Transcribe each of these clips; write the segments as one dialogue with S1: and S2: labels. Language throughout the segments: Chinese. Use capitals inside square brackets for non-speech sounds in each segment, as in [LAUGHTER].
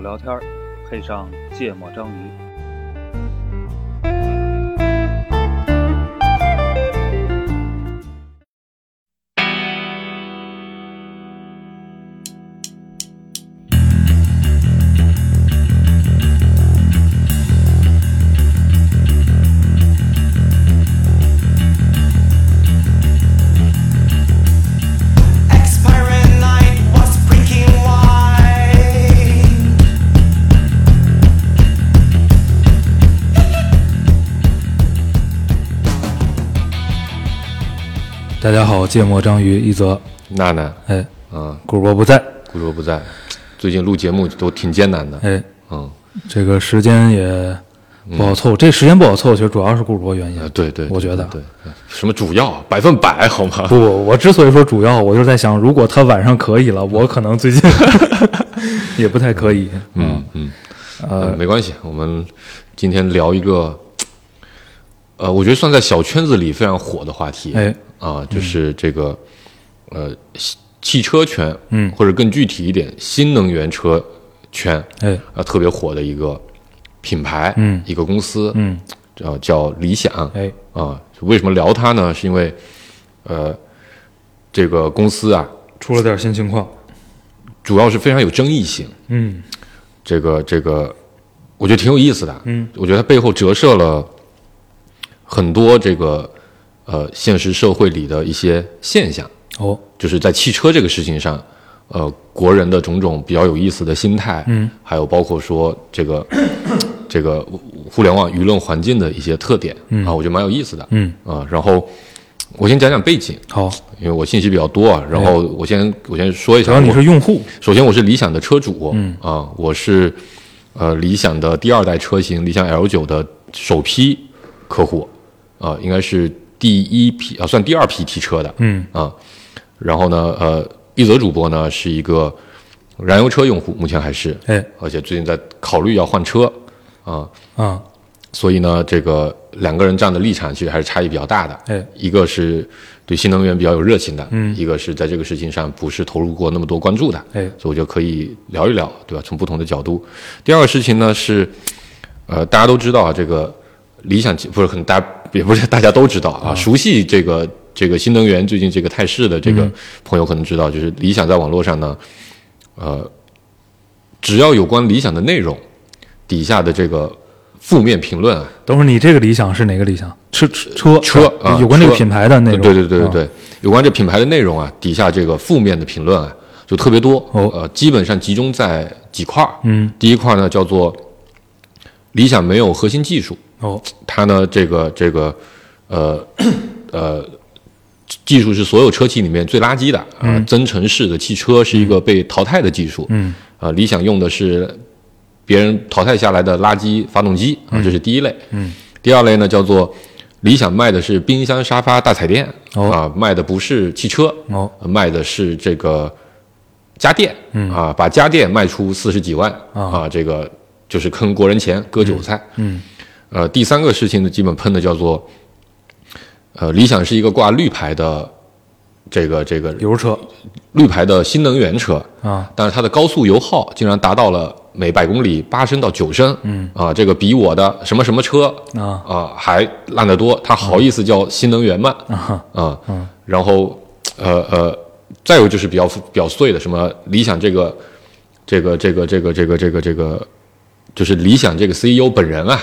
S1: 聊天儿，配上芥末章鱼。
S2: Expiring night was drinking wine.
S3: 大家好，芥末章鱼一泽，
S4: 娜娜，
S3: 哎，
S4: 啊，
S3: 顾伯不在，
S4: 顾卓不在，最近录节目都挺艰难的，
S3: 哎，
S4: 嗯，
S3: 这个时间也不好凑，这时间不好凑，其实主要是顾伯原因。
S4: 呃，对对，
S3: 我觉得
S4: 对，对什么主要百分百 [LAUGHS] 好吗？
S3: 不，我之所以说主要，我就是在想，如果他晚上可以了，我可能最近 [LAUGHS] 也不太可以。
S4: 嗯嗯，呃，没关系，我们今天聊一个，呃，我觉得算在小圈子里非常火的话题，
S3: 哎，
S4: 啊，就是这个，呃，汽汽车圈，
S3: 嗯
S4: 或者更具体一点，新能源车圈，
S3: 哎，
S4: 啊，特别火的一个品牌，
S3: 嗯
S4: 一个公司，
S3: 嗯，
S4: 呃，叫理想，
S3: 哎，
S4: 啊，为什么聊它呢？是因为，呃，这个公司啊，
S3: 出了点新情况。
S4: 主要是非常有争议性。
S3: 嗯
S4: 这个这个，我觉得挺有意思的。嗯，我觉得它背后折射了很多这个呃现实社会里的一些现象，
S3: 哦，
S4: 就是在汽车这个事情上，呃，国人的种种比较有意思的心态，嗯，还有包括说这个这个互联网舆论环境的一些特点、啊，我觉得蛮有意思的。
S3: 嗯
S4: 啊，然后我先讲讲背景。
S3: 好，
S4: 因为我信息比较多啊，然后我先我先说一
S3: 主
S4: 下，
S3: 要你
S4: 我
S3: 是用户，
S4: 首先我是理想的车主，嗯啊，我是呃理想的第二代车型理想 L 九的首批客户，啊，应该是第一批啊，算第二批提车的，
S3: 嗯
S4: 啊，然后呢，呃，一泽主播呢是一个燃油车用户，目前还是，
S3: 哎
S4: 而且最近在考虑要换车，啊，
S3: 啊，
S4: 所以呢，这个两个人站的立场其实还是差异比较大的。
S3: 哎
S4: 一个是对新能源比较有热情的，嗯，一个是在这个事情上不是投入过那么多关注的，
S3: 哎
S4: 所以我觉得可以聊一聊，对吧？从不同的角度。第二个事情呢是，呃，大家都知道啊，这个理想不是很大，也不是大家都知道啊，熟悉这个这个新能源最近这个态势的这个朋友可能知道，就是理想在网络上呢，呃，只要有关理想的内容，底下的这个负面评论啊，
S3: 等会儿你这个理想是哪个理想？车车
S4: 车啊，
S3: 有关这个
S4: 车
S3: 品牌的内容。
S4: 对对对对
S3: 啊
S4: 对，有关这品牌的内容啊，底下这个负面的评论啊，就特别多，
S3: 哦
S4: 呃，基本上集中在几块儿。
S3: 嗯，
S4: 第一块呢叫做理想没有核心技术，
S3: 哦，
S4: 它呢这个这个呃 [CLEARS THROAT] 呃技术是所有车企里面最垃圾的啊、增程式的汽车是一个被淘汰的技术。
S3: 嗯，
S4: 啊，理想用的是别人淘汰下来的垃圾发动机啊，这是第一类。嗯，第二类呢叫做理想卖的是冰箱、沙发、大彩电、
S3: 哦
S4: 啊，卖的不是汽车，
S3: 哦
S4: 呃卖的是这个家电。嗯啊，把家电卖出四十几万
S3: 啊
S4: 这个就是坑国人钱，割韭菜。
S3: 嗯
S4: 呃，第三个事情呢，基本喷的叫做，呃，理想是一个挂绿牌的这个这个
S3: 油车
S4: 绿牌的新能源车，
S3: 啊，
S4: 但是它的高速油耗竟然达到了每百公里八升到九升，嗯啊，这个比我的什么什么车
S3: 啊
S4: 还烂得多，它好意思叫新能源吗？
S3: 啊
S4: 啊，然后呃呃，再有就是比较比较碎的，什么理想这个这个这个这个这个这个这个，就是理想这个 CEO 本人啊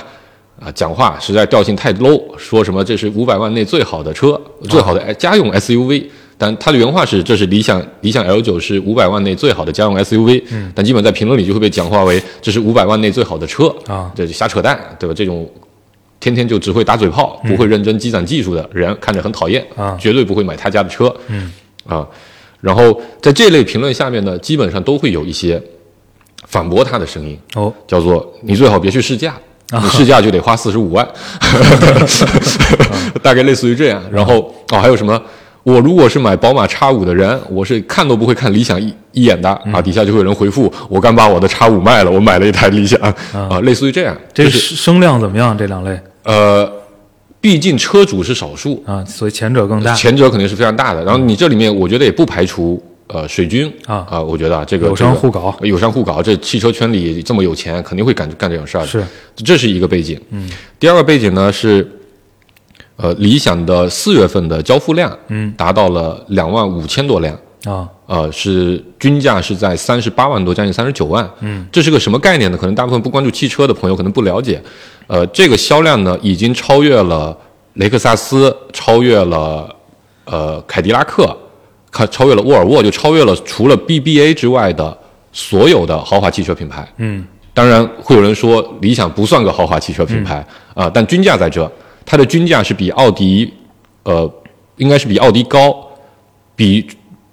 S4: 啊，讲话实在调性太 low，说什么这是五百万内最好的车，最好的家用 SUV。但他的原话是：“这是理想理想 L 九是五百万内最好的家用 SUV。”嗯，但基本在评论里就会被讲化为“这是五百万内最好的车”
S3: 啊
S4: 这就瞎扯淡，对吧？这种天天就只会打嘴炮，不会认真积攒技术的人，看着很讨厌
S3: 啊
S4: 绝对不会买他家的车。嗯啊，然后在这类评论下面呢，基本上都会有一些反驳他的声音，
S3: 哦，
S4: 叫做你最好别去试驾，你试驾就得花四十五万，啊 [LAUGHS] 大概类似于这样。然后哦，还有什么？我如果是买宝马 X 五的人，我是看都不会看理想一一眼的啊！底下就会有人回复：“我刚把我的 X 五卖了，我买了一台理想啊。”类似于这样，
S3: 这
S4: 就
S3: 个
S4: 是
S3: 声量怎么样？这两类
S4: 呃，毕竟车主是少数，
S3: 啊，所以前者更大。
S4: 前者肯定是非常大的。然后你这里面，我觉得也不排除呃水军
S3: 啊
S4: 我觉得啊这个
S3: 友商互搞
S4: 这个友商互搞，这汽车圈里这么有钱，肯定会干干这种事儿。
S3: 是，
S4: 这是一个背景。嗯，第二个背景呢是，呃，理想的四月份的交付量，嗯，达到了两万五千多辆。
S3: 啊，
S4: 呃，是均价是在三十八万多，将近三十九万。嗯，这是个什么概念呢？可能大部分不关注汽车的朋友可能不了解。呃，这个销量呢，已经超越了雷克萨斯，超越了呃凯迪拉克，看超越了沃尔沃，就超越了除了 BBA 之外的所有的豪华汽车品牌。
S3: 嗯，
S4: 当然会有人说理想不算个豪华汽车品牌啊、但均价在这，它的均价是比奥迪，呃，应该是比奥迪高，比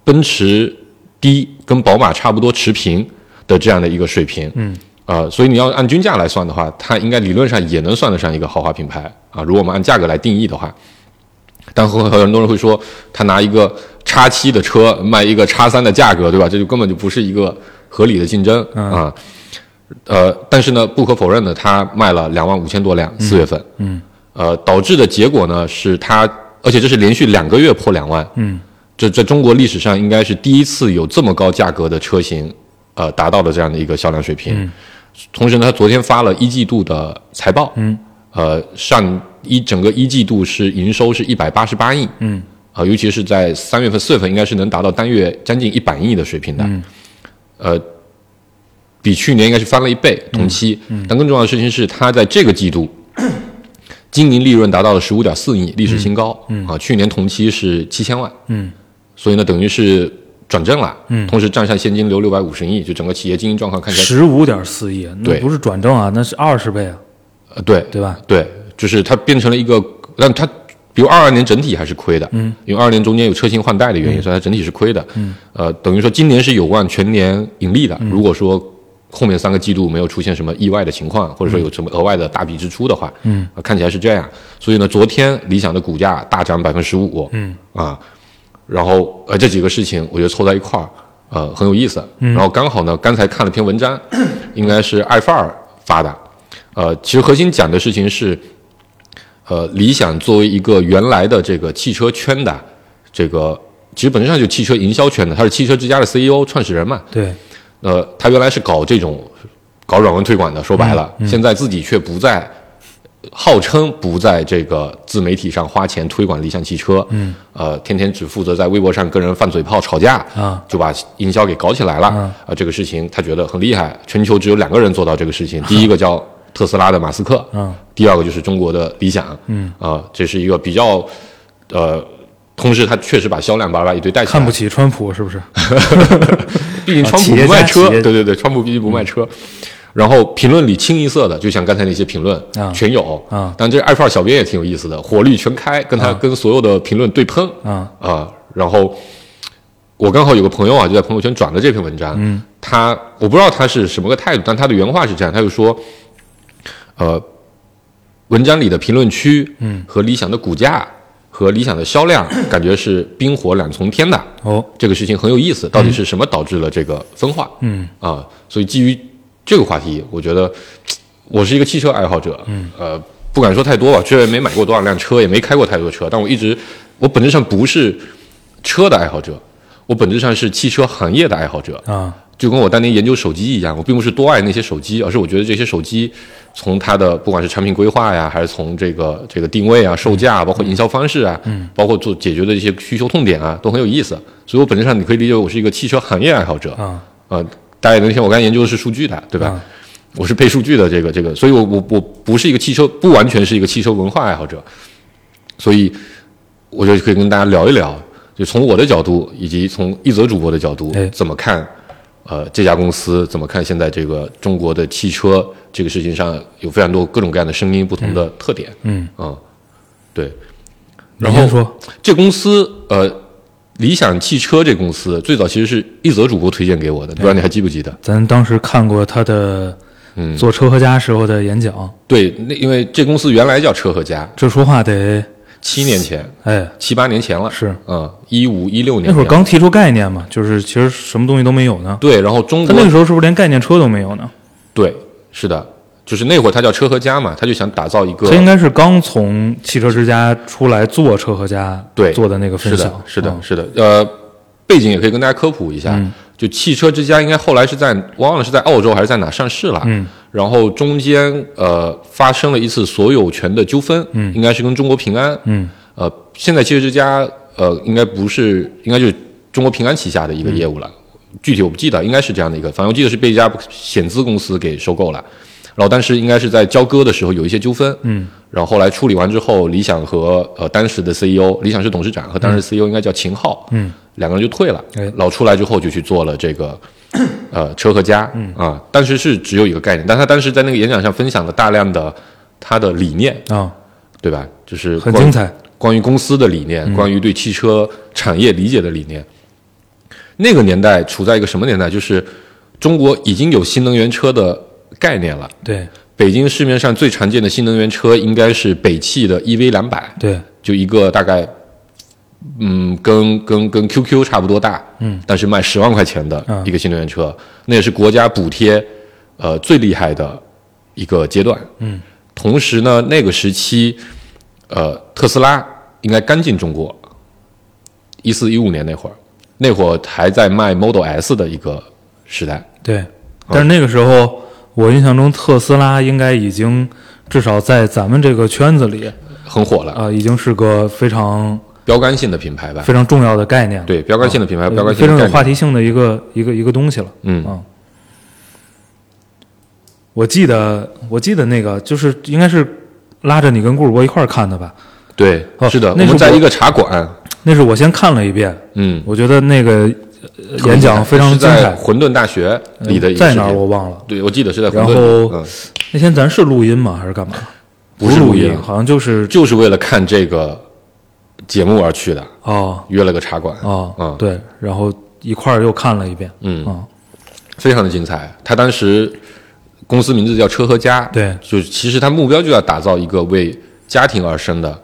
S4: 奔驰低，跟宝马差不多持平的这样的一个水平。嗯，呃，所以你要按均价来算的话，它应该理论上也能算得上一个豪华品牌啊。如果我们按价格来定义的话，但会很多人会说，他拿一个叉七的车卖一个叉三的价格，对吧？这就根本就不是一个合理的竞争啊。呃，但是呢，不可否认的，它卖了两万五千多辆，四月份，嗯，呃，导致的结果呢是它，而且这是连续两个月破两万，嗯，这在中国历史上应该是第一次有这么高价格的车型，呃，达到了这样的一个销量水平。同时呢，它昨天发了一季度的财报，嗯，呃，上一整个一季度是营收是一百八十八亿，嗯，啊、尤其是在三月份、四月份，应该是能达到单月将近一百亿的水平的，呃，比去年应该是翻了一倍同期。但更重要的事情是，它在这个季度经营利润达到了十五点四亿，历史新高。啊，去年同期是七千万。嗯，所以呢，等于是转正了。嗯，同时账上现金流六百五十亿，就整个企业经营状况看起来
S3: 十五点四亿，那
S4: 对
S3: 不是转正啊，那是二十倍啊，
S4: 呃，对
S3: 对吧？
S4: 对，就是它变成了一个，但它比如二二年整体还是亏的，嗯，因为二二年中间有车型换代的原因，所以它整体是亏的，嗯，呃，等于说今年是有望全年盈利的，如果说。后面三个季度没有出现什么意外的情况，或者说有什么额外的大笔支出的话，嗯、看起来是这样。所以呢，昨天理想的股价大涨百分之十五，嗯啊，然后呃这几个事情，我觉得凑在一块儿，呃很有意思。然后刚好呢，刚才看了篇文章，应该是艾范儿发的，呃，其实核心讲的事情是，呃，理想作为一个原来的这个汽车圈的这个，其实本质上就汽车营销圈的，他是汽车之家的 CEO 创始人嘛，
S3: 对，
S4: 呃，他原来是搞这种搞软文推广的，说白了，现在自己却不在号称不在这个自媒体上花钱推广理想汽车，嗯，呃，天天只负责在微博上跟人犯嘴炮吵架
S3: 啊，
S4: 就把营销给搞起来了
S3: 嗯
S4: 啊、这个事情他觉得很厉害，全球只有两个人做到这个事情，第一个叫特斯拉的马斯克，
S3: 嗯，
S4: 第二个就是中国的理想，嗯，啊、这是一个比较呃。同时，他确实把销量叭叭一堆带起来，
S3: 看不起川普是不是？ [LAUGHS]
S4: 毕竟川普
S3: 啊企业
S4: 不
S3: 家
S4: 卖车，
S3: 企业
S4: 对对对，川普毕竟不卖车。然后评论里清一色的，就像刚才那些评论
S3: 啊
S4: 全有
S3: 啊
S4: 但这二范小编也挺有意思的，火力全开，跟他跟所有的评论对喷
S3: 啊
S4: 然后我刚好有个朋友啊，就在朋友圈转了这篇文章，嗯，他我不知道他是什么个态度，但他的原话是这样，他就说，呃，文章里的评论区，嗯，和理想的股价和理想的销量，感觉是冰火两重天的，
S3: [LAUGHS] 哦，
S4: 这个事情很有意思，到底是什么导致了这个分化？嗯啊，所以基于这个话题，我觉得我是一个汽车爱好者，嗯呃，不敢说太多吧，虽然没买过多少辆车，也没开过太多车，但我一直我本质上不是车的爱好者，我本质上是汽车行业的爱好者
S3: 啊，
S4: 就跟我当年研究手机一样，我并不是多爱那些手机，而是我觉得这些手机从它的不管是产品规划呀，还是从这个这个定位啊、售
S3: 嗯
S4: 价啊、包括营销方式啊，嗯，包括做解决的一些需求痛点啊，都很有意思。所以我本质上你可以理解为我是一个汽车行业爱好者
S3: 啊，
S4: 呃，大家也能听我刚才研究的是数据的，对吧？
S3: 啊
S4: 我是背数据的这个这个，所以我我我不是一个汽车，不完全是一个汽车文化爱好者，所以我就可以跟大家聊一聊，就从我的角度，以及从一则主播的角度
S3: 哎，
S4: 怎么看呃这家公司，怎么看现在这个中国的汽车这个事情上有非常多各种各样的声音，不同的特点。
S3: 嗯
S4: 啊，对，
S3: 你
S4: 然
S3: 先
S4: 后
S3: 说
S4: 这公司呃，理想汽车这公司最早其实是一则主播推荐给我的，不知道你还记不记得？
S3: 咱当时看过他的
S4: 嗯
S3: 做车和家时候的演讲，
S4: 对，那因为这公司原来叫车和家，
S3: 这说话得
S4: 七年前。
S3: 哎，
S4: 七八年前了，
S3: 是，
S4: 嗯，一五一六年
S3: 那会儿
S4: 这样
S3: 刚提出概念嘛，就是其实什么东西都没有呢。
S4: 对，然后中
S3: 他
S4: 国
S3: 那个时候是不是连概念车都没有呢？
S4: 对，是的，就是那会儿他叫车和家嘛，他就想打造一个
S3: 他应该是刚从汽车之家出来做车和家
S4: 对
S3: 做的那个分
S4: 是
S3: 享
S4: 的，，是的，
S3: 嗯
S4: 是的，呃。背景也可以跟大家科普一下。就汽车之家应该后来是在忘了是在澳洲还是在哪上市了，嗯，然后中间呃发生了一次所有权的纠纷，嗯，应该是跟中国平安，嗯，呃，现在汽车之家呃应该不是应该就是中国平安旗下的一个业务了，
S3: 嗯
S4: 具体我不记得，应该是这样的一个，反正我记得是被一家险资公司给收购了。然后当时应该是在交割的时候有一些纠纷，嗯，然后后来处理完之后，理想和呃当时的 CEO，理想是董事长和当时 CEO 应该叫秦昊，嗯，两个人就退了，
S3: 嗯哎
S4: 然后出来之后就去做了
S3: [COUGHS]
S4: 这个呃车和家，嗯啊，当时是只有一个概念，但他当时在那个演讲上分享了大量的他的理念，
S3: 啊，
S4: 对吧？就是
S3: 很
S4: 关于
S3: 精彩。嗯
S4: 关于公司的理念，关于对汽车产业理解的理念。那个年代处在一个什么年代？就是中国已经有新能源车的概念了。
S3: 对
S4: 北京市面上最常见的新能源车应该是北汽的 EV 两百，
S3: 对，
S4: 就一个大概，嗯，跟跟跟 QQ 差不多大，嗯，但是卖十万块钱的一个新能源车，那也是国家补贴，呃，最厉害的一个阶段，嗯，同时呢，那个时期，呃，特斯拉应该刚进中国，一四一五年那会儿，那会儿还在卖 Model S 的一个时代，
S3: 对，但是那个时候，我印象中特斯拉应该已经至少在咱们这个圈子里
S4: 很火了，
S3: 啊、已经是个非常
S4: 标杆性的品牌吧，
S3: 非常重要的概念了，呃
S4: 对，标杆性的品牌，标杆性
S3: 哦非
S4: 的
S3: 常
S4: 概
S3: 有
S4: 念
S3: 话题性的一个一个一个东西了。
S4: 嗯
S3: 啊，我记得我记得那个就是应该是拉着你跟顾主播一块儿看的吧？
S4: 对，
S3: 哦
S4: 是的，
S3: 那
S4: 我
S3: 是
S4: 们在
S3: 我
S4: 一个茶馆，
S3: 那是我先看了一遍，
S4: 嗯，
S3: 我觉得那个呃演讲非常
S4: 是
S3: 精
S4: 在
S3: 彩，嗯
S4: 混沌大学里的一个
S3: 在
S4: 视
S3: 哪儿
S4: 频
S3: 我忘了。
S4: 对，我记得是在混
S3: 然
S4: 沌
S3: 后
S4: 里，嗯，
S3: 那天咱是录音吗？还是干嘛？
S4: 不是
S3: 录
S4: 录音
S3: 好像就是
S4: 就是为了看这个节目而去的，
S3: 哦
S4: 约了个茶馆，
S3: 哦、
S4: 嗯
S3: 对，然后一块儿又看了一遍，
S4: 嗯
S3: 啊
S4: 非常的精彩。他当时公司名字叫车和家，
S3: 对
S4: 就是其实他目标就要打造一个为家庭而生的，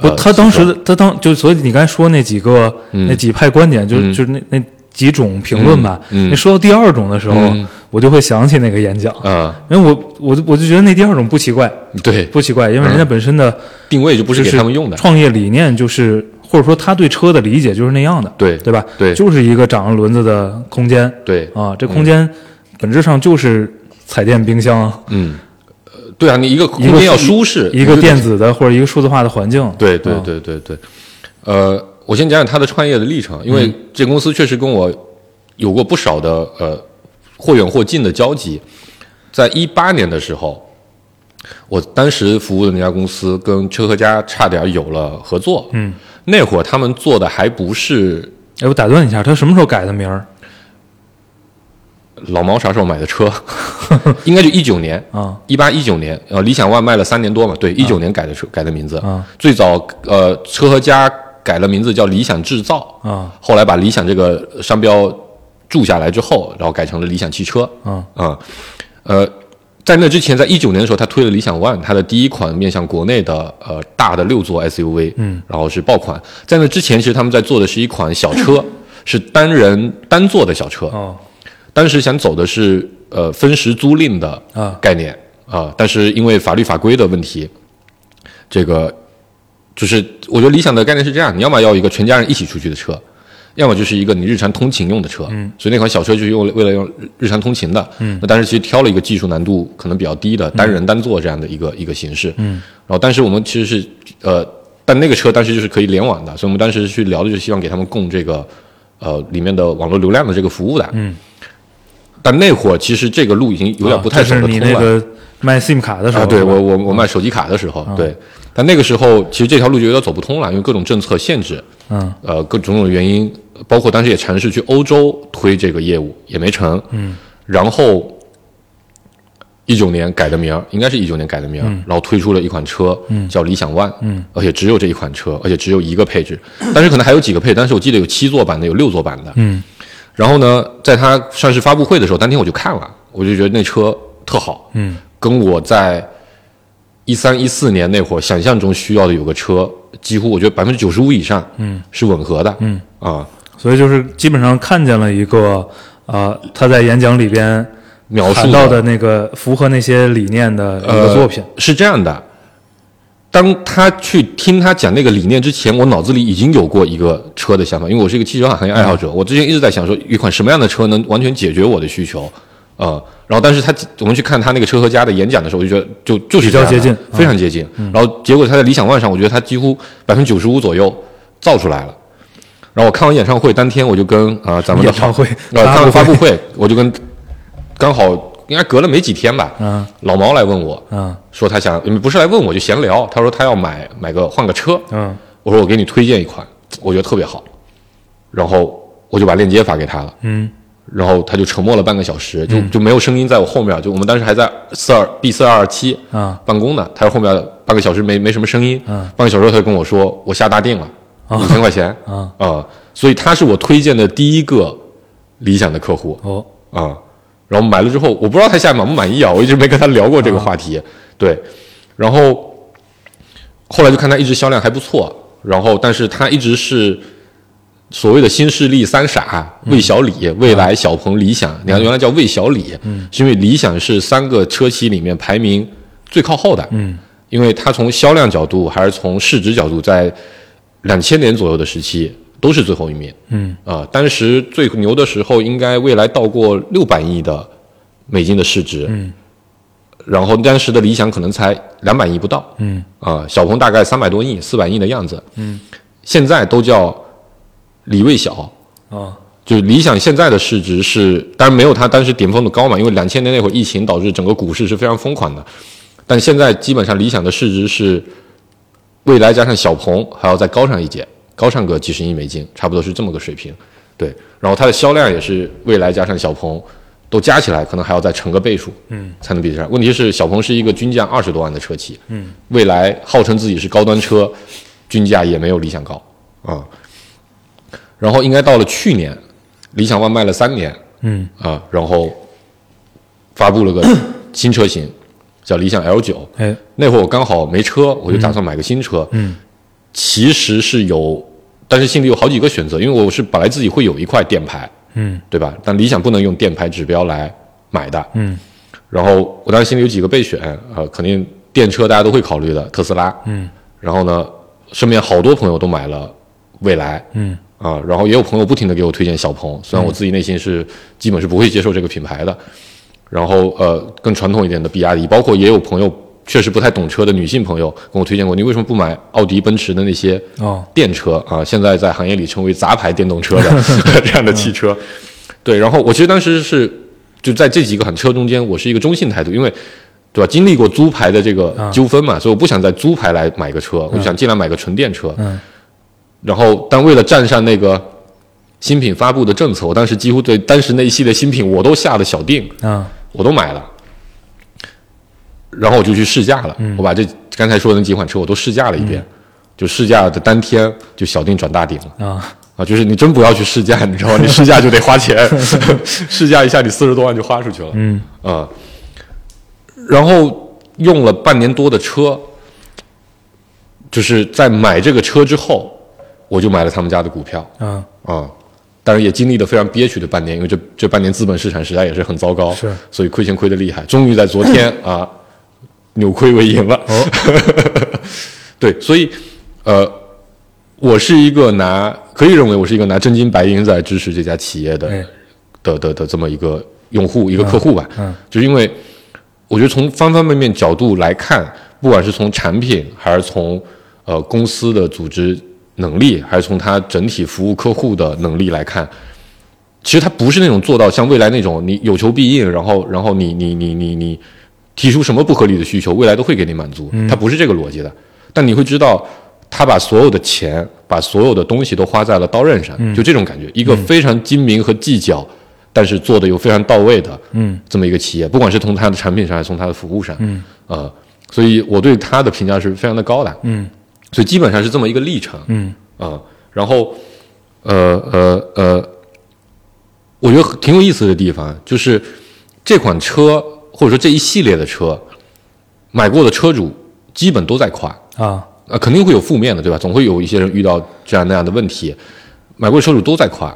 S3: 不，
S4: 呃
S3: 他当时的他当就所以你刚才说那几个、
S4: 嗯
S3: 那几派观点，就、
S4: 嗯
S3: 就是那那几种评论吧。
S4: 嗯嗯
S3: 你说到第二种的时候，
S4: 嗯
S3: 我就会想起那个演讲，
S4: 啊，
S3: 因为我我就我就觉得那第二种不奇怪，
S4: 对，
S3: 不奇怪，因为人家本身的、
S4: 定位就嗯不
S3: 就是
S4: 给他们用的，
S3: 创业理念就是。或者说他对车的理解就是那样的，
S4: 对
S3: 对吧？
S4: 对
S3: 就是一个长了轮子的空间
S4: 对，嗯
S3: 啊，这空间本质上就是彩电、冰箱，
S4: 嗯，呃对啊，你一个空
S3: 一个
S4: 间要舒适，
S3: 一个电子的或者一个数字化的环境。
S4: 对对
S3: 啊，
S4: 对对对，呃，我先讲讲他的创业的历程，
S3: 嗯
S4: 因为这公司确实跟我有过不少的呃或远或近的交集。在一八年的时候，我当时服务的那家公司跟车和家差点有了合作。嗯，那会儿他们做的还不是
S3: 哎，我打断一下，他什么时候改的名儿？
S4: 老毛啥时候买
S3: [LAUGHS]
S4: 的车，应该就一九年
S3: 啊，
S4: 一八一九年，呃，理想 ONE 卖了三年多嘛，对，一九年改的车改的名字
S3: 啊，
S4: 最早呃车和家改了名字叫理想制造
S3: 啊，
S4: 后来把理想这个商标注下来之后，然后改成了理想汽车
S3: 啊
S4: 啊，呃，在那之前，在一九年的时候，他推了理想 ONE，它的第一款面向国内的呃大的六座 SUV，嗯，然后是爆款。在那之前，其实他们在做的是一款小车，是单人单座的小车，
S3: 嗯哦，
S4: 当时想走的是呃分时租赁的
S3: 啊
S4: 概念啊、但是因为法律法规的问题，这个就是我觉得理想的概念是这样：你要么要一个全家人一起出去的车，要么就是一个你日常通勤用的车。嗯，所以那款小车就是用为了用日常通勤的。嗯，那当时其实挑了一个技术难度可能比较低
S3: 嗯
S4: 的单人单座这样的一个、一个形式。嗯，然后当时我们其实是呃，但那个车当时就是可以联网的，所以我们当时去聊的就是希望给他们供这个呃里面的网络流量的这个服务的。嗯。但那会儿其实这个路已经有点不太
S3: 啊
S4: 走
S3: 但
S4: 得
S3: 是
S4: 通
S3: 你
S4: 了。
S3: 那个卖 SIM 卡的时候，
S4: 啊，对
S3: 是吧啊
S4: 我我我卖手机卡的时候，对，但那个时候其实这条路就有点走不通了，因为各种政策限制，
S3: 嗯，
S4: 呃，各种种原因，包括当时也尝试去欧洲推这个业务，也没成，嗯，然后一九年改的名儿，应该是一九年改的名儿，
S3: 嗯
S4: 然后推出了一款车，嗯，叫理想 ONE，嗯，而且只有这一款车，而且只有一个配置，但是可能还有几个配置，但是我记得有七座版的，有六座版的，嗯，然后呢，在它上市发布会的时候，当天我就看了，我就觉得那车特好，嗯，跟我在一三一四年那会儿想象中需要的有个车，几乎我觉得百分之九十五以上，嗯，是吻合的，嗯啊，
S3: 所以就是基本上看见了一个呃，他在演讲里边
S4: 描述呃
S3: 谈到的那个符合那些理念的一个作品，
S4: 呃、是这样的。当他去听他讲那个理念之前，我脑子里已经有过一个车的想法，因为我是一个汽车行业爱好
S3: 嗯
S4: 者，我之前一直在想说，一款什么样的车能完全解决我的需求，呃，然后但是他我们去看他那个车和家的演讲的时候，我就觉得就就是
S3: 比较
S4: 这样的
S3: 接近嗯
S4: 非常接近。然后结果他在理想 ONE 上，我觉得他几乎百分之九十五左右造出来了。然后我看完演唱会当天，我就跟啊、呃咱们的
S3: 演唱会
S4: 呃
S3: 发布
S4: 看完发布
S3: 会
S4: 会，我就跟刚好应该隔了没几天吧，
S3: 嗯
S4: 老毛来问我，
S3: 嗯
S4: 说他想嗯不是来问我就闲聊，他说他要买买个换个车，
S3: 嗯
S4: 我说我给你推荐一款，我觉得特别好，然后我就把链接发给他了，
S3: 嗯
S4: 然后他就沉默了半个小时，就就没有声音在我后面，就我们当时还在四二 B 四二二七
S3: 啊
S4: 办公呢，他说后面半个小时没没什么声音，
S3: 嗯
S4: 半个小时后他就跟我说我下大定了，五千块钱，
S3: 啊
S4: 啊，所以他是我推荐的第一个理想的客户，
S3: 哦，
S4: 啊、然后买了之后，我不知道他现在满不满意啊，我一直没跟他聊过这个话题。对，然后后来就看他一直销量还不错，然后但是他一直是所谓的新势力三傻，魏小李、蔚来、小鹏、理想，你看原来叫魏小李，是因为理想是三个车企里面排名最靠后的，
S3: 嗯，
S4: 因为它从销量角度还是从市值角度，在两千年左右的时期都是最后一名。
S3: 嗯
S4: 啊、当时最牛的时候，应该未来到过六百亿的美金的市值，
S3: 嗯，
S4: 然后当时的理想可能才两百亿不到，
S3: 嗯
S4: 啊、小鹏大概三百多亿、四百亿的样子，嗯，现在都叫李卫小，哦
S3: 啊
S4: 就是理想现在的市值是，当然没有它当时顶峰的高嘛，因为两千年那会儿疫情导致整个股市是非常疯狂的，但现在基本上理想的市值是未来加上小鹏还要再高上一截，高上个几十亿美金，差不多是这么个水平。对，然后它的销量也是未来加上小鹏都加起来，可能还要再乘个倍数，嗯，才能比得上。问题是小鹏是一个均价二十多万的车企，嗯，未来号称自己是高端车，均价也没有理想高啊、然后应该到了去年，理想 ONE 卖了三年
S3: 嗯
S4: 啊，然后发布
S3: [COUGHS]
S4: 了个新车型，叫理想 L 九。
S3: 哎
S4: 那会儿我刚好没车，我就打算买个新车。
S3: 嗯，
S4: 其实是有，但是心里有好几个选择，因为我是本来自己会有一块电牌，
S3: 嗯
S4: 对吧？但理想不能用电牌指标来买的。
S3: 嗯
S4: 然后我当时心里有几个备选，呃，肯定电车大家都会考虑的，特斯拉。
S3: 嗯，
S4: 然后呢，身边好多朋友都买了蔚来。
S3: 嗯
S4: 啊，然后也有朋友不停的给我推荐小鹏，虽然我自己内心是、基本是不会接受这个品牌的。然后呃，更传统一点的比亚迪，包括也有朋友确实不太懂车的女性朋友跟我推荐过，你为什么不买奥迪、奔驰的那些
S3: 哦
S4: 电车啊？现在在行业里称为杂牌电动车的这样的汽车。对，然后我其实当时是就在这几款车中间，我是一个中性态度，因为。对吧？经历过租牌的这个纠纷嘛，所以我不想再租牌来买个车，我就想尽量买个纯电车。
S3: 嗯
S4: 然后，但为了站上那个新品发布的政策，我当时几乎对当时那一系列新品我都下了小定，
S3: 啊
S4: 我都买了。然后我就去试驾了，我把这刚才说的那几款车我都试驾了一遍，就试驾的当天就小定转大定了
S3: 啊
S4: 啊！就是你真不要去试驾，你知道吗？你试驾就得花钱，试驾一下你四十多万就花出去了。
S3: 嗯
S4: 啊、然后用了半年多的车，就是在买这个车之后，我就买了他们家的股票
S3: 啊
S4: 啊、当然也经历了非常憋屈的半年，因为这这半年资本市场实在也是很糟糕，
S3: 是，
S4: 所以亏钱亏的厉害。终于在昨
S3: [LAUGHS]
S4: 天啊，扭亏为盈了。
S3: 哦
S4: [LAUGHS] 对，所以呃，我是一个拿可以认为我是一个拿真金白银在支持这家企业的
S3: 哎
S4: 的的的这么一个用户一个客户吧，
S3: 嗯
S4: 就是因为我觉得从方方面面角度来看，不管是从产品还是从呃公司的组织能力，还是从它整体服务客户的能力来看，其实它不是那种做到像未来那种你有求必应，然后然后你你你你你提出什么不合理的需求，未来都会给你满足，
S3: 嗯
S4: 它不是这个逻辑的。但你会知道，他把所有的钱、把所有的东西都花在了刀刃上，
S3: 嗯
S4: 就这种感觉。一个非常精明和计较，但是做的又非常到位的，
S3: 嗯，
S4: 这么一个企业，不管是从它的产品上，还是从它的服务上，嗯，呃，所以我对它的评价是非常的高的，
S3: 嗯，
S4: 所以基本上是这么一个历程，
S3: 嗯
S4: 啊、然后，呃呃呃，我觉得挺有意思的地方就是这款车或者说这一系列的车，买过的车主基本都在夸，
S3: 啊
S4: 啊，肯定会有负面的，对吧？总会有一些人遇到这样那样的问题，买贵车主都在夸，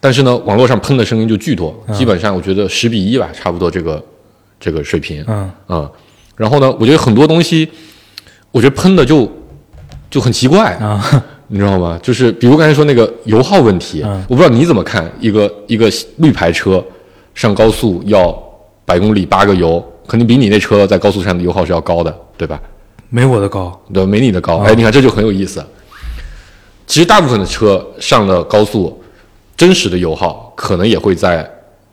S4: 但是呢，网络上喷的声音就巨多，基本上我觉得十比一吧，差不多这个这个水平，
S3: 嗯
S4: 啊、然后呢，我觉得很多东西，我觉得喷的就就很奇怪
S3: 啊，
S4: 你知道吗？就是比如刚才说那个油耗问题，
S3: 嗯
S4: 我不知道你怎么看一个一个绿牌车上高速要百公里八个油，肯定比你那车在高速上的油耗是要高的，对吧？
S3: 没我的高。
S4: 对，没你的高。
S3: 啊
S4: 哎，你看这就很有意思。其实大部分的车上了高速，真实的油耗可能也会在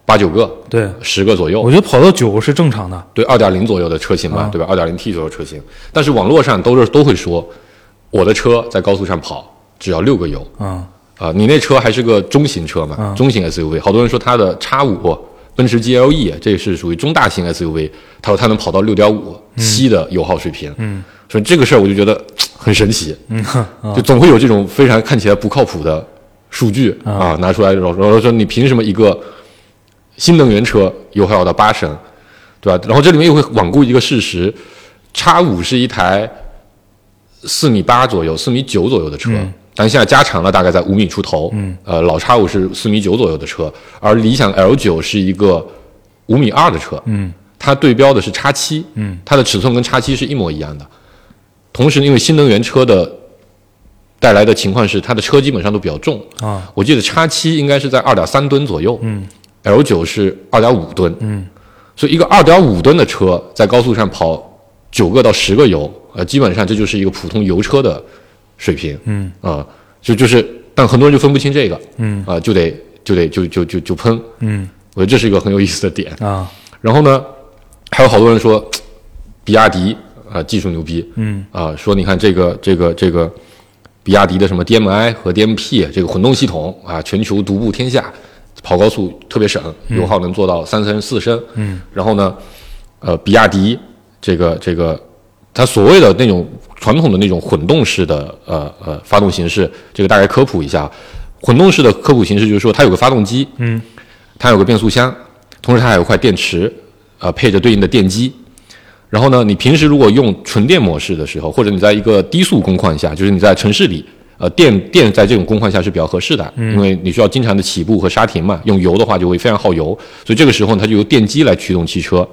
S4: 八九个、
S3: 对，
S4: 十个左右
S3: 我。觉得跑到九是正常的。
S4: 对，二点零左右的车型嘛，
S3: 啊
S4: 对吧？二点零 T 左右的车型，但是网络上都是都会说，我的车在高速上跑只要六个油
S3: 嗯，
S4: 啊、你那车还是个中型车嘛，
S3: 啊
S4: 中型 SUV，好多人说它的 X 五。奔驰 GLE 啊这是属于中大型 SUV，他说它能跑到六点五七的油耗水平，嗯，啊所以这个事儿我就觉得很神奇，
S3: 嗯
S4: 就总会有这种非常看起来不靠谱的数据啊拿出来，然后然后说你凭什么一个新能源车油耗要到八升，对吧？然后这里面又会罔顾一个事实，X 五是一台四米八左右、四米九左右的车，但现在加长了大概在五米出头，嗯，呃，老 X 五是四米九左右的车，而理想 L 九是一个五米二的车，嗯，它对标的是 X 七，嗯，它的尺寸跟 X 七是一模一样的。同时，因为新能源车的带来的情况是，它的车基本上都比较重
S3: 啊。
S4: 我记得叉七应该是在二点三吨左右，嗯，L 九是二点五吨，嗯，所以一个二点五吨的车在高速上跑九个到十个油，呃，基本上这就是一个普通油车的水平，嗯啊、就就是，但很多人就分不清这个，嗯啊、就得就得就就就就喷，
S3: 嗯，
S4: 我觉得这是一个很有意思的点。
S3: 啊，
S4: 然后呢，还有好多人说，嘖比亚迪啊、技术牛逼，
S3: 嗯
S4: 啊、说你看这个这个这个比亚迪的什么 DMI 和 DMP 这个混动系统啊，全球独步天下，跑高速特别省，油耗能做到三升四升，嗯，然后呢，呃，比亚迪这个这个。它所谓的那种传统的那种混动式的呃呃发动形式，这个大概科普一下。混动式的科普形式就是说，它有个发动机，嗯，它有个变速箱，同时它还有块电池，呃，配着对应的电机。然后呢，你平时如果用纯电模式的时候，或者你在一个低速工况下，就是你在城市里，呃，电电在这种工况下是比较合适的，因为你需要经常的起步和刹停嘛。用油的话就会非常耗油，所以这个时候它就由电机来驱动汽车。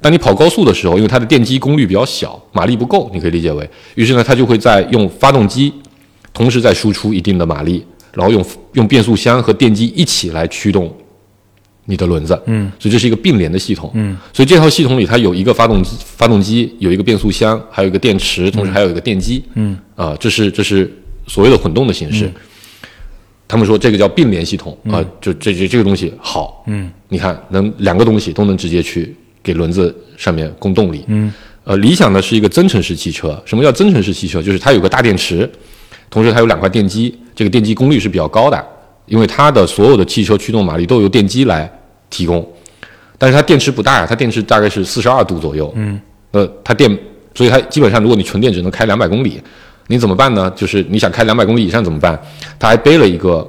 S4: 当你跑高速的时候，因为它的电机功率比较小，马力不够，你可以理解为，于是呢，它就会在用发动机，同时再输出一定的马力，然后用用变速箱和电机一起来驱动你的轮子，嗯，所以这是一个并联的系统，嗯，所以这套系统里它有一个发动机，发动机有一个变速箱，还有一个电池，同时还有一个电机，嗯，啊、这是这是所谓的混动的形式。他们说这个叫并联系统啊、就这这这个东西好，嗯，你看能两个东西都能直接去给轮子上面供动力，嗯，呃，理想呢是一个增程式汽车，什么叫增程式汽车？就是它有个大电池，同时它有两块电机，这个电机功率是比较高的，因为它的所有的汽车驱动马力都由电机来提供，但是它电池不大呀，它电池大概是四十二度左右，嗯，呃，它电，所以它基本上如果你纯电只能开两百公里，你怎么办呢？就是你想开两百公里以上怎么办？它还背了一个，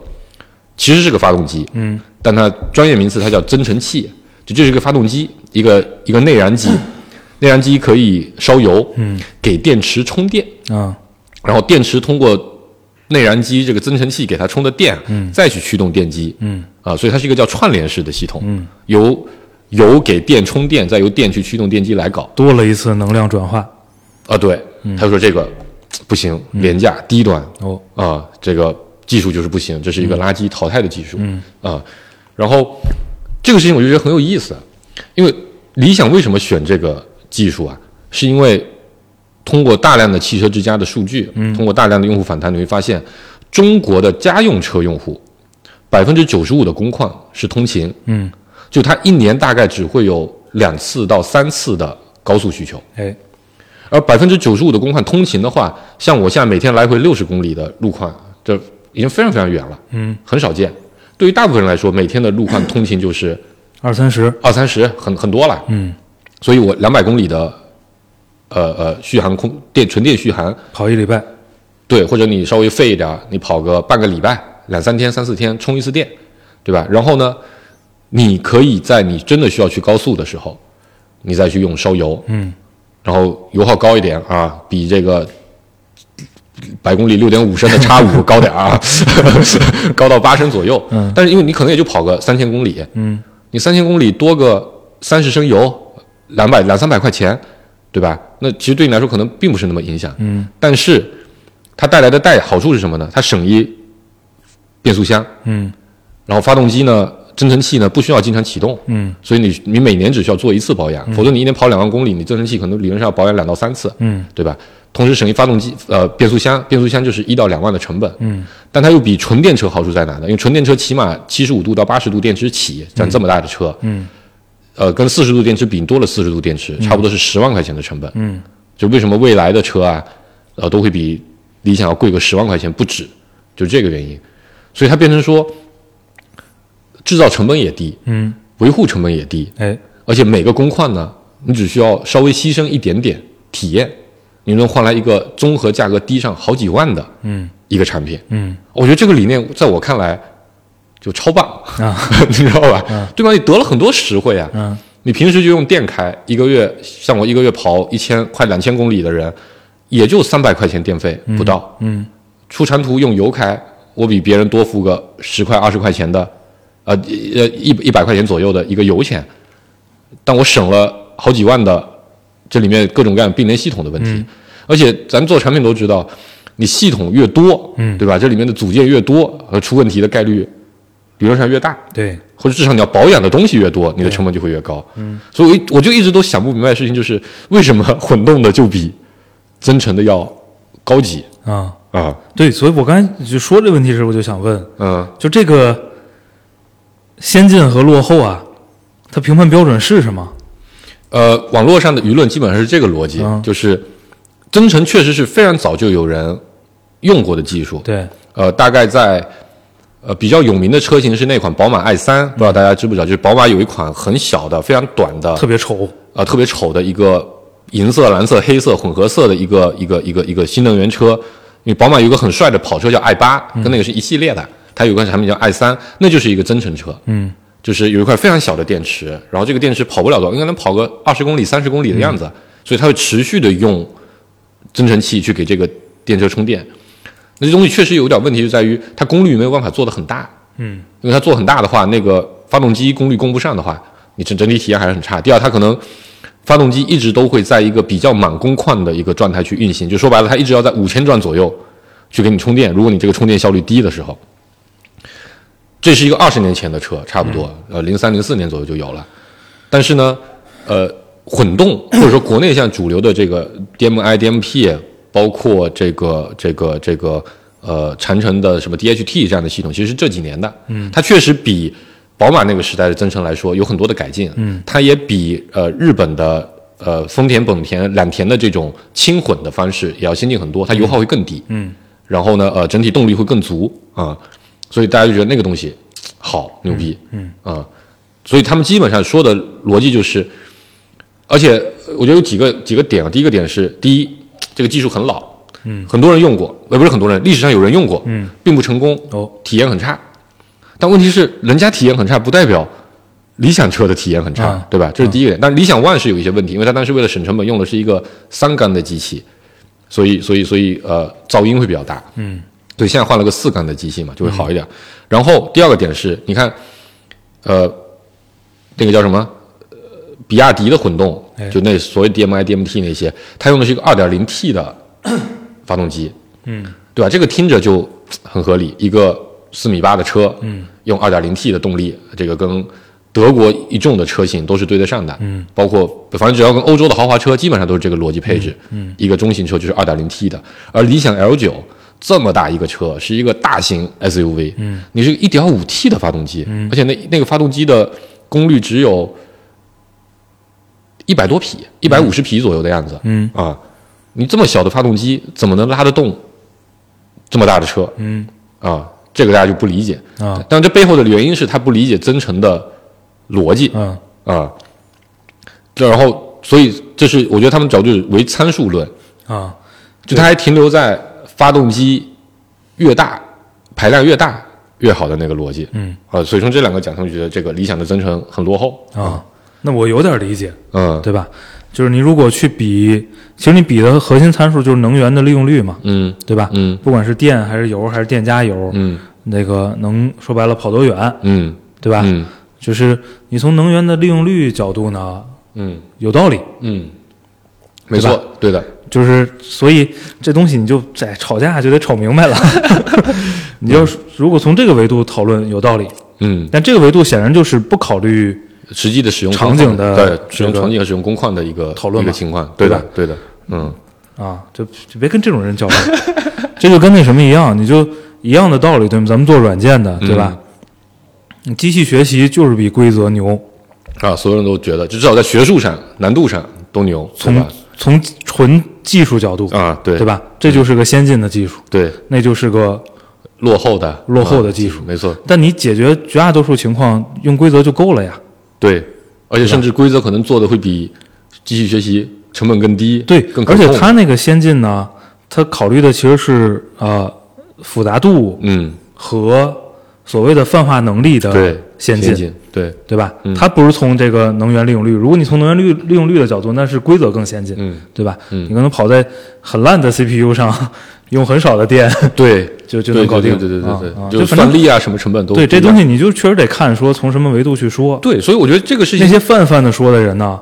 S4: 其实是个发动机，嗯，但它专业名词它叫增程器，就这是一个发动机，一个一个内 [LAUGHS] 燃机，内燃机可以烧油，嗯，给电池充电，
S3: 啊，
S4: 然后电池通过内燃机这个增程器给它充的电，嗯，再去驱动电机，嗯，啊，所以它是一个叫串联式的系统，嗯，由由给电充电，再由电去驱动电机来搞，
S3: 多了一次能量转换。
S4: 啊，对，他说这个不行，廉价低端
S3: 嗯哦嗯
S4: 啊，这个技术就是不行，这是一个垃圾淘汰的技术，嗯啊，然后这个事情我就觉得很有意思，因为理想为什么选这个技术啊，是因为通过大量的汽车之家的数据，
S3: 嗯
S4: 通过大量的用户访谈，你会发现中国的家用车用户百分之九十五的工况是通勤，
S3: 嗯，
S4: 就它一年大概只会有两次到三次的高速需求。
S3: 哎，
S4: 而百分之九十五的工况通勤的话，像我现在每天来回六十公里的路况，这已经非常非常远了，嗯，很少见。对于大部分人来说，每天的路况通勤就是
S3: 二三十，
S4: 二三十，很很多了，嗯。所以我两百公里的，呃呃，续航空电纯电续航，
S3: 跑一礼拜。
S4: 对，或者你稍微费一点儿，你跑个半个礼拜、两三天、三四天充一次电，对吧？然后呢，你可以在你真的需要去高速的时候，你再去用烧油，嗯，然后油耗高一点啊，比这个百公里六点五升的叉五 [LAUGHS] 高点儿啊，高到八升左右，嗯，但是因为你可能也就跑个三千公里，嗯，你三千公里多个三十升油，两百两三百块钱，对吧？那其实对你来说可能并不是那么影响，嗯，但是它带来的带好处是什么呢？它省一变速箱，
S3: 嗯，
S4: 然后发动机呢，增程器呢不需要经常启动，
S3: 嗯，
S4: 所以你你每年只需要做一次保养，否则你一年跑两万公里，你增程器可能理论上要保养两到三次，
S3: 嗯，
S4: 对吧？同时省一发动机呃变速箱，变速箱就是一到两万的成本，
S3: 嗯，
S4: 但它又比纯电车好处在哪呢？因为纯电车起码七十五度到八十度电池起，占这么大的车，
S3: 嗯，
S4: 呃，跟四十度电池比多了四十度电池，差不多是十万块钱的成本，
S3: 嗯，
S4: 就为什么未来的车啊，呃，都会比理想要贵个十万块钱不止，就这个原因，所以它变成说，制造成本也低，
S3: 嗯，
S4: 维护成本也低，
S3: 哎，
S4: 而且每个工况呢，你只需要稍微牺牲一点点体验，你能换来一个综合价格低上好几万的，
S3: 嗯，
S4: 一个产品。
S3: 嗯，
S4: 我觉得这个理念在我看来就超棒
S3: 啊，
S4: [LAUGHS] 你知道吧？对吧？你得了很多实惠啊。
S3: 嗯，
S4: 你平时就用电开，一个月像我一个月跑一千快两千公里的人，也就三百块钱电费不到。
S3: 嗯
S4: 出长途用油开，我比别人多付个十块二十块钱的，呃呃一一百块钱左右的一个油钱，但我省了好几万的，这里面各种各样并联系统的问题，而且咱做产品都知道，你系统越多，
S3: 嗯
S4: 对吧？这里面的组件越多，呃，出问题的概率理论上越大，
S3: 对，
S4: 或者至少你要保养的东西越多，你的成本就会越高。嗯，所以我一我就一直都想不明白的事情就是为什么混动的就比增程的要高级
S3: 啊，
S4: 啊？
S3: 对，所以我刚才就说这问题时，我就想问，
S4: 嗯。
S3: 就这个先进和落后啊，它评判标准是什么？
S4: 呃，网络上的舆论基本上是这个逻辑，
S3: 嗯
S4: 就是增程确实是非常早就有人用过的技术。
S3: 对，
S4: 呃，大概在呃比较有名的车型是那款宝马 i 三，不知道大家知不知道？就是宝马有一款很小的、非常短的、
S3: 特别丑，
S4: 呃特别丑的一个银色、蓝色、黑色混合色的一个一个一个一个新能源车。因为宝马有一个很帅的跑车叫 i 八，
S3: 嗯
S4: 跟那个是一系列的，它有一款产品叫 i 三，那就是一个增程车。
S3: 嗯，
S4: 就是有一块非常小的电池，然后这个电池跑不了多少，应该能跑个二十公里、三十公里的样
S3: 嗯
S4: 子，所以它会持续的用增程器去给这个电车充电。那这东西确实有点问题，就在于它功率没有办法做得很大。
S3: 嗯，
S4: 因为它做很大的话，那个发动机功率供不上的话，你整整体体验还是很差。第二，它可能发动机一直都会在一个比较满工况的一个状态去运行，就说白了，它一直要在五千转左右去给你充电。如果你这个充电效率低的时候，这是一个二十年前的车，差不多，呃，零三零四年左右就有了。但是呢，呃，混动或者说国内现在主流的这个 DMI、DMP，包括这个这个这个呃长城的什么 DHT 这样的系统，其实是这几年的，嗯，它确实比宝马那个时代的增程来说有很多的改进，嗯，它也比呃日本的。呃，丰田、本田、揽田的这种轻混的方式也要先进很多，它油耗会更低。嗯，然后呢，呃，整体动力会更足啊、所以大家就觉得那个东西好牛逼。嗯啊、所以他们基本上说的逻辑就是，而且呃我觉得有几个几个点啊。第一个点是，第一，这个技术很老，嗯，很多人用过，呃，不是很多人，历史上有人用过，嗯，并不成功，
S3: 哦，
S4: 体验很差。但问题是，人家体验很差，不代表理想车的体验很差，
S3: 啊
S4: 对吧？这是第一个点。但理想 ONE 是有一些问题，因为它当时为了省成本用的是一个三缸的机器，所以所以所以呃，噪音会比较大，嗯。对，现在换了个四缸的机器嘛，就会好一点。然后第二个点是，你看，呃，那个叫什么？呃比亚迪的混动，就那所谓 DMI、DMT 那些，它用的是一个 2.0T 的 [COUGHS] 发动机，嗯，对吧？这个听着就很合理，一个四米八的车，嗯，用 2.0T 的动力，这个跟德国一众的车型都是对得上的，嗯，包括反正只要跟欧洲的豪华车，基本上都是这个逻辑配置，嗯，一个中型车就是 2.0T 的，而理想 L9 这么大一个车是一个大型 SUV，嗯，你是一点五 T 的发动机，嗯，而且那那个发动机的功率只有一百多匹，一百五十匹左右的样子，
S3: 嗯
S4: 啊，你这么小的发动机怎么能拉得动这么大的车？
S3: 嗯
S4: 啊，这个大家就不理解。
S3: 啊
S4: 但这背后的原因是他不理解增程的逻辑
S3: 嗯
S4: 啊。这然后，所以这是我觉得他们找就是唯参数论，
S3: 啊
S4: 就它还停留在发动机越大排量越大越好的那个逻辑。
S3: 嗯
S4: 啊，所以从这两个讲，他们觉得这个理想的增程很落后。
S3: 啊，那我有点理解，
S4: 嗯
S3: 对吧？就是你如果去比，其实你比的核心参数就是能源的利用率嘛，
S4: 嗯
S3: 对吧？
S4: 嗯
S3: 不管是电还是油还是电加油，
S4: 嗯
S3: 那个能说白了跑多远，
S4: 嗯
S3: 对吧？
S4: 嗯
S3: 就是你从能源的利用率角度呢，
S4: 嗯
S3: 有道理，
S4: 嗯没
S3: 对吧
S4: 错，对的，
S3: 就是所以这东西你就在吵架就得吵明
S4: [LAUGHS]
S3: 白了。你要是如果从这个维度讨论有道理，
S4: 嗯，
S3: 但这个维度显然就是不考虑
S4: 实际的使用
S3: 场景的
S4: 对使用
S3: 这个
S4: 场景和使用工况的一个
S3: 讨论
S4: 一
S3: 嘛
S4: 个情况，
S3: 对
S4: 对的
S3: 吧，
S4: 对的，嗯，
S3: 啊，就就别跟这种人
S4: [LAUGHS]
S3: 交流，这就跟那什么一样，你就一样的道理，对吗？咱们做软件
S4: 嗯
S3: 的，对吧？你机器学习就是比规则牛，
S4: 啊，所有人都觉得，至少在学术上、难度上都牛，对
S3: 从
S4: 吧？
S3: 从纯技术角度，
S4: 啊，对，
S3: 对？吧？这就是个先进的技术，
S4: 对，
S3: 那就是个。
S4: 落后的，
S3: 落后的
S4: 啊
S3: 技术
S4: 没错，
S3: 但你解决绝大多数情况用规则就够了呀。
S4: 对，而且甚至规则可能做的会比机器学习成本更低，
S3: 对，
S4: 更可
S3: 而且
S4: 控
S3: 它那个先进呢，它考虑的其实是呃复杂度
S4: 嗯，
S3: 和所谓的泛化能力
S4: 对
S3: 的，啊先
S4: 先嗯
S3: 进，
S4: 对，
S3: 对吧？它不是从这个能源利用率，如果你从能源利利用率的角度，那是规则更先进，
S4: 嗯
S3: 对吧？你可能跑在很烂的 CPU 上， [LAUGHS] 用很少的电
S4: 对，
S3: 就就
S4: 对
S3: 能搞
S4: 对
S3: 定，
S4: 对对对
S3: 啊啊
S4: 对，
S3: 就
S4: 就是
S3: 反
S4: 算
S3: 正
S4: 力啊，什么成本都
S3: 对这
S4: 不一样
S3: 东西，你就确实得看说从什么维度去说。
S4: 对，所以我觉得这个事
S3: 那
S4: 情
S3: 些泛泛的说的人呢，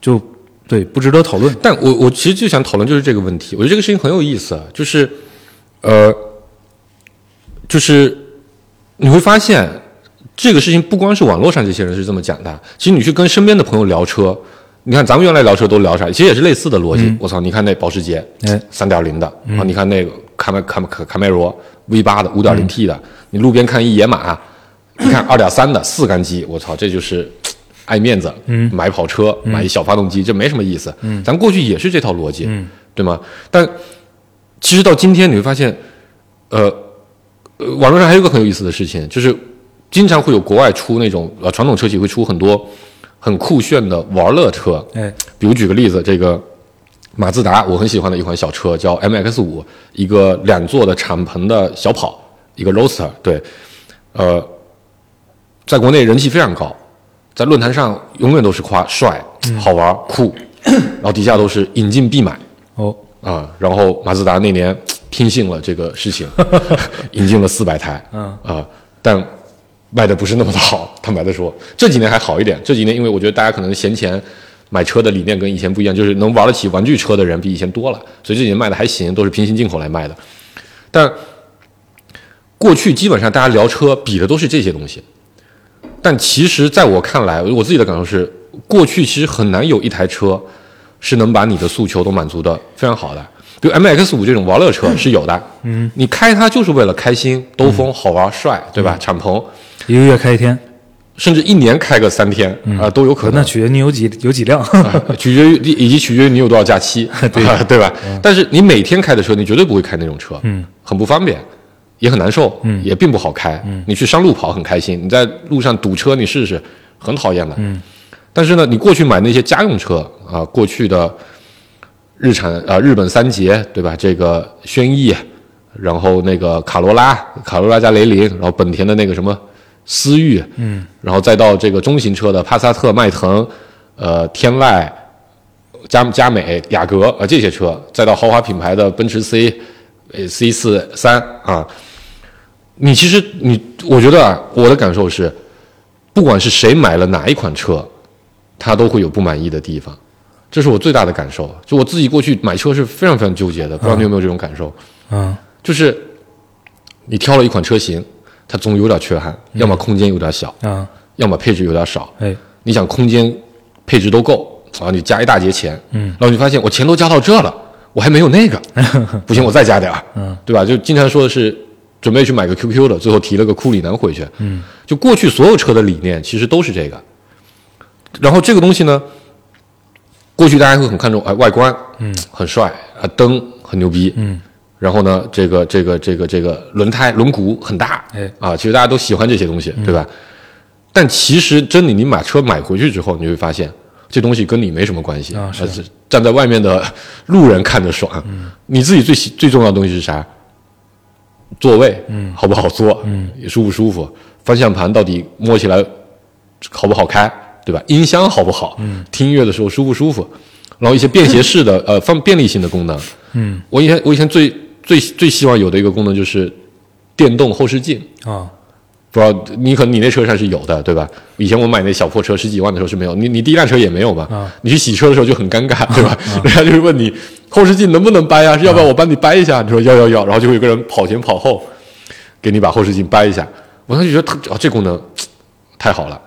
S3: 就对不值得讨论。
S4: 但我我其实就想讨论就是这个问题，我觉得这个事情很有意思，啊，就是，呃，就是你会发现这个事情不光是网络上这些人是这么讲的，其实你去跟身边的朋友聊车，你看咱们原来聊车都聊啥，其实也是类似的逻辑。我操，你看那保时捷
S3: 哎，
S4: 三点零的，啊，你看那个卡梅卡梅卡卡梅罗 V 八的五点零 T 的，你路边看一野马，你看二点三的四缸机，我操，这就是。爱面子，嗯，买跑车，买一小发动机，这没什么意思。嗯，咱过去也是这套逻辑，嗯，对吗？但其实到今天你会发现，呃，呃网络上还有一个很有意思的事情，就是经常会有国外出那种呃传统车企会出很多很酷炫的玩乐车，
S3: 哎，
S4: 比如举个例子，这个马自达我很喜欢的一款小车叫 MX 五，一个两座的敞篷的小跑，一个 Roadster，对，呃，在国内人气非常高，在论坛上永远都是夸帅、好玩、酷，然后底下都是引进必买。
S3: 哦，
S4: 啊，然后马自达那年听信了这个事情，引进了四百台，嗯啊，但卖的不是那么的好，坦白的说，这几年还好一点，这几年因为我觉得大家可能闲钱买车的理念跟以前不一样，就是能玩得起玩具车的人比以前多了，所以这几年卖的还行，都是平行进口来卖的，但过去基本上大家聊车比的都是这些东西，但其实在我看来，我自己的感受是，过去其实很难有一台车是能把你的诉求都满足的非常好的。比如 MX 五这种玩乐车是有的，嗯，你开它就是为了开心、兜风、好玩、帅，对吧？敞篷，
S3: 一个月开一天，
S4: 甚至一年开个三天啊、都有可能啊
S3: 那。取决你有几有几辆。 [LAUGHS]
S4: 取决于以及取决于你有多少假期， [LAUGHS] 对、对吧？但是你每天开的车，你绝对不会开那种车，嗯，很不方便，也很难受，嗯，也并不好开，嗯，你去山路跑很开心，你在路上堵车，你试试，很讨厌的，嗯。但是呢，你过去买那些家用车啊、过去的日产啊、日本三杰，对吧？这个轩逸，然后那个卡罗拉，卡罗拉加雷凌，然后本田的那个什么思域，嗯，然后再到这个中型车的帕萨特、迈腾，呃，天籁、佳佳美、雅阁啊、呃这些车，再到豪华品牌的奔驰 C，呃 C 四三啊，你其实你，我觉得啊，我的感受是，不管是谁买了哪一款车，他都会有不满意的地方。这是我最大的感受，就我自己过去买车是非常非常纠结的，不知道你有没有这种感受？
S3: 嗯，
S4: 就是你挑了一款车型，它总有点缺憾，要么空间有点小，
S3: 啊，
S4: 要么配置有点少。
S3: 哎，
S4: 你想空间配置都够，然后你加一大截钱，嗯，然后你发现我钱都加到这了，我还没有 [LAUGHS] 那个，不行，我再加点儿，嗯，对吧？就经常说的是准备去买个 QQ 的，最后提了个库里南回去，嗯，就过去所有车的理念其实都是这个，然后这个东西呢，过去大家会很看重哎外观，嗯，很帅啊，灯很牛逼，嗯。然后呢，这个这个这个这个轮胎轮毂很大，
S3: 哎
S4: 啊，其实大家都喜欢这些东西，对吧？但其实真的，你把车买回去之后，你会发现这东西跟你没什么关系
S3: 啊是
S4: 呃站在外面的路人看着爽，你自己最喜最重要的东西是啥？座位，嗯，好不好坐，嗯，舒不舒服？方向盘到底摸起来好不好开，对吧？音箱好不好？嗯，听音乐的时候舒不舒服？然后一些便携式的呃方便利性的功能，嗯，我以前我以前最最最希望有的一个功能就是电动后视镜，
S3: 啊，
S4: 不知道你可能你那车上是有的，对吧？以前我买那小破车十几万的时候是没有，你你第一辆车也没有嘛，
S3: 啊
S4: 你去洗车的时候就很尴尬，对吧？ [LAUGHS] 人家就是问你后视镜能不能掰啊？是要不要我帮你掰一下？你说要要要，然后就会有个人跑前跑后，给你把后视镜掰一下。我当时就觉得特啊，这功能太好了。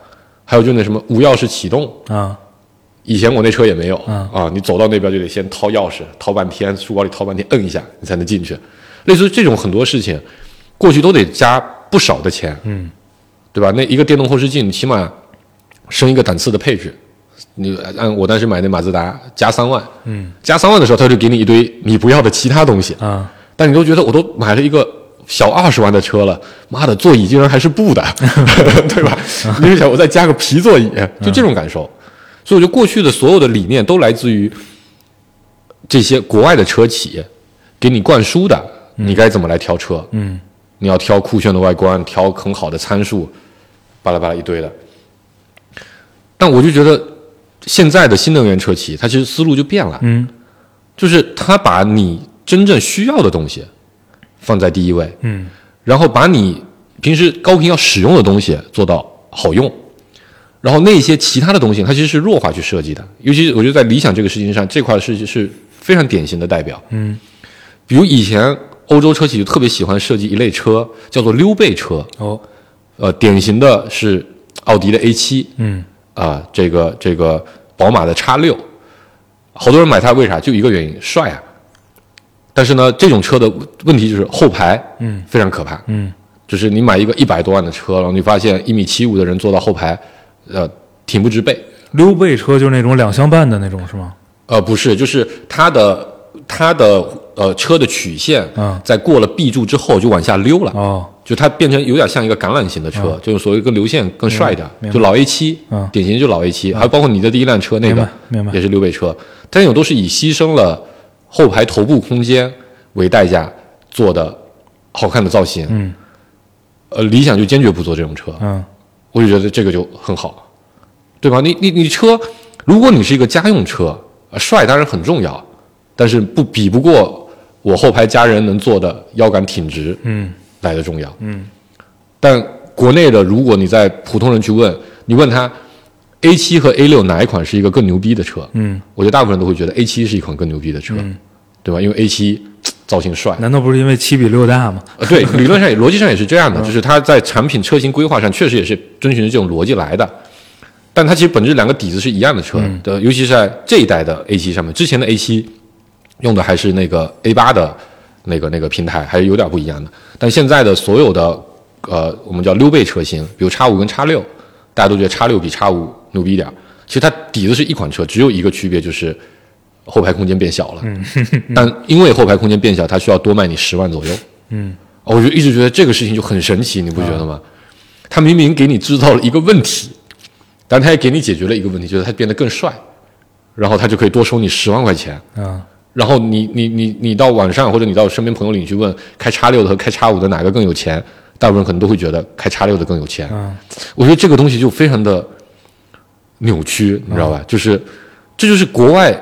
S4: 还有就那什么无钥匙启动，
S3: 啊
S4: 以前我那车也没有、
S3: 嗯
S4: 啊，你走到那边就得先掏钥匙，掏半天，书包里掏半天，摁一下你才能进去。类似于这种很多事情，过去都得加不少的钱，
S3: 嗯，
S4: 对吧？那一个电动后视镜，你起码升一个档次的配置。你按我当时买那马自达加三万，
S3: 嗯，
S4: 加三万的时候，他就给你一堆你不要的其他东西，
S3: 啊，
S4: 但你都觉得我都买了一个小二十万的车了，妈的，座椅竟然还是布的， [LAUGHS] 对吧？你就想我再加个皮座椅，就这种感受。所以我觉得过去的所有的理念都来自于这些国外的车企给你灌输的，你该怎么来挑车，
S3: 嗯
S4: 你要挑酷炫的外观，挑很好的参数，巴拉巴拉一堆的。但我就觉得现在的新能源车企，它其实思路就变了，
S3: 嗯
S4: 就是他把你真正需要的东西放在第一位，
S3: 嗯
S4: 然后把你平时高频要使用的东西做到好用，然后那些其他的东西，它其实是弱化去设计的。尤其我觉得在理想这个事情上，这块是是非常典型的代表。
S3: 嗯，
S4: 比如以前欧洲车企就特别喜欢设计一类车，叫做溜背车，
S3: 哦
S4: 呃，典型的是奥迪的 A 7
S3: 嗯
S4: 啊、这个这个宝马的叉六，好多人买它为啥？就一个原因，帅啊。但是呢，这种车的问题就是后排，
S3: 嗯，
S4: 非常可怕。
S3: 嗯
S4: 就是你买一个一百多万的车，然后你发现一米七五的人坐到后排，呃，挺不直背。
S3: 溜背车就是那种两厢半的那种是吗？
S4: 呃，不是，就是它的它的呃车的曲线
S3: 嗯，
S4: 在过了 B 柱之后就往下溜了，
S3: 哦
S4: 就它变成有点像一个橄榄型的车，就是所谓更流线更帅一点，
S3: 嗯明白
S4: 就老 A 七、
S3: 嗯
S4: 典型就老 A 七、还有包括你的第一辆车那
S3: 明
S4: 个
S3: 白明白
S4: 也是溜背车，但有都是以牺牲了后排头部空间为代价做的好看的造型，
S3: 嗯
S4: 呃，理想就坚决不做这种车，
S3: 嗯
S4: 我就觉得这个就很好，对吧？你你你车，如果你是一个家用车，呃帅当然很重要，但是不比不过我后排家人能坐的腰杆挺直
S3: 嗯
S4: 来的重要。
S3: 嗯，
S4: 但国内的，如果你在普通人去问，你问他 A 7和 A 6哪一款是一个更牛逼的车，
S3: 嗯，
S4: 我觉得大部分人都会觉得 A 7是一款更牛逼的车，对吧？因为 A 7造型帅，
S3: 难道不是因为七比六大吗？
S4: 呃，对，理论上也逻辑上也是这样的，就是它在产品车型规划上确实也是遵循着这种逻辑来的，但它其实本质两个底子是一样的车，的，尤其是在这一代的 A 7上面，之前的 A 7用的还是那个 A 8的那个那个平台，还是有点不一样的，但现在的所有的呃我们叫溜背车型，比如 X 5跟 X 6，大家都觉得 X 6比 X 5牛逼一点儿，其实它底子是一款车，只有一个区别就是。后排空间变小了， [LAUGHS] 但因为后排空间变小，它需要多卖你十万左右。哦我就一直觉得这个事情就很神奇，你不觉得吗？他明明给你制造了一个问题，但他也给你解决了一个问题，就是他变得更帅，然后他就可以多收你十万块钱。
S3: 啊
S4: 然后你你你你到网上或者你到身边朋友里去问开叉六的和开叉五的哪个更有钱，大部分人可能都会觉得开叉六的更有钱。
S3: 啊
S4: 我觉得这个东西就非常的扭曲，你知道吧？就是这就是国外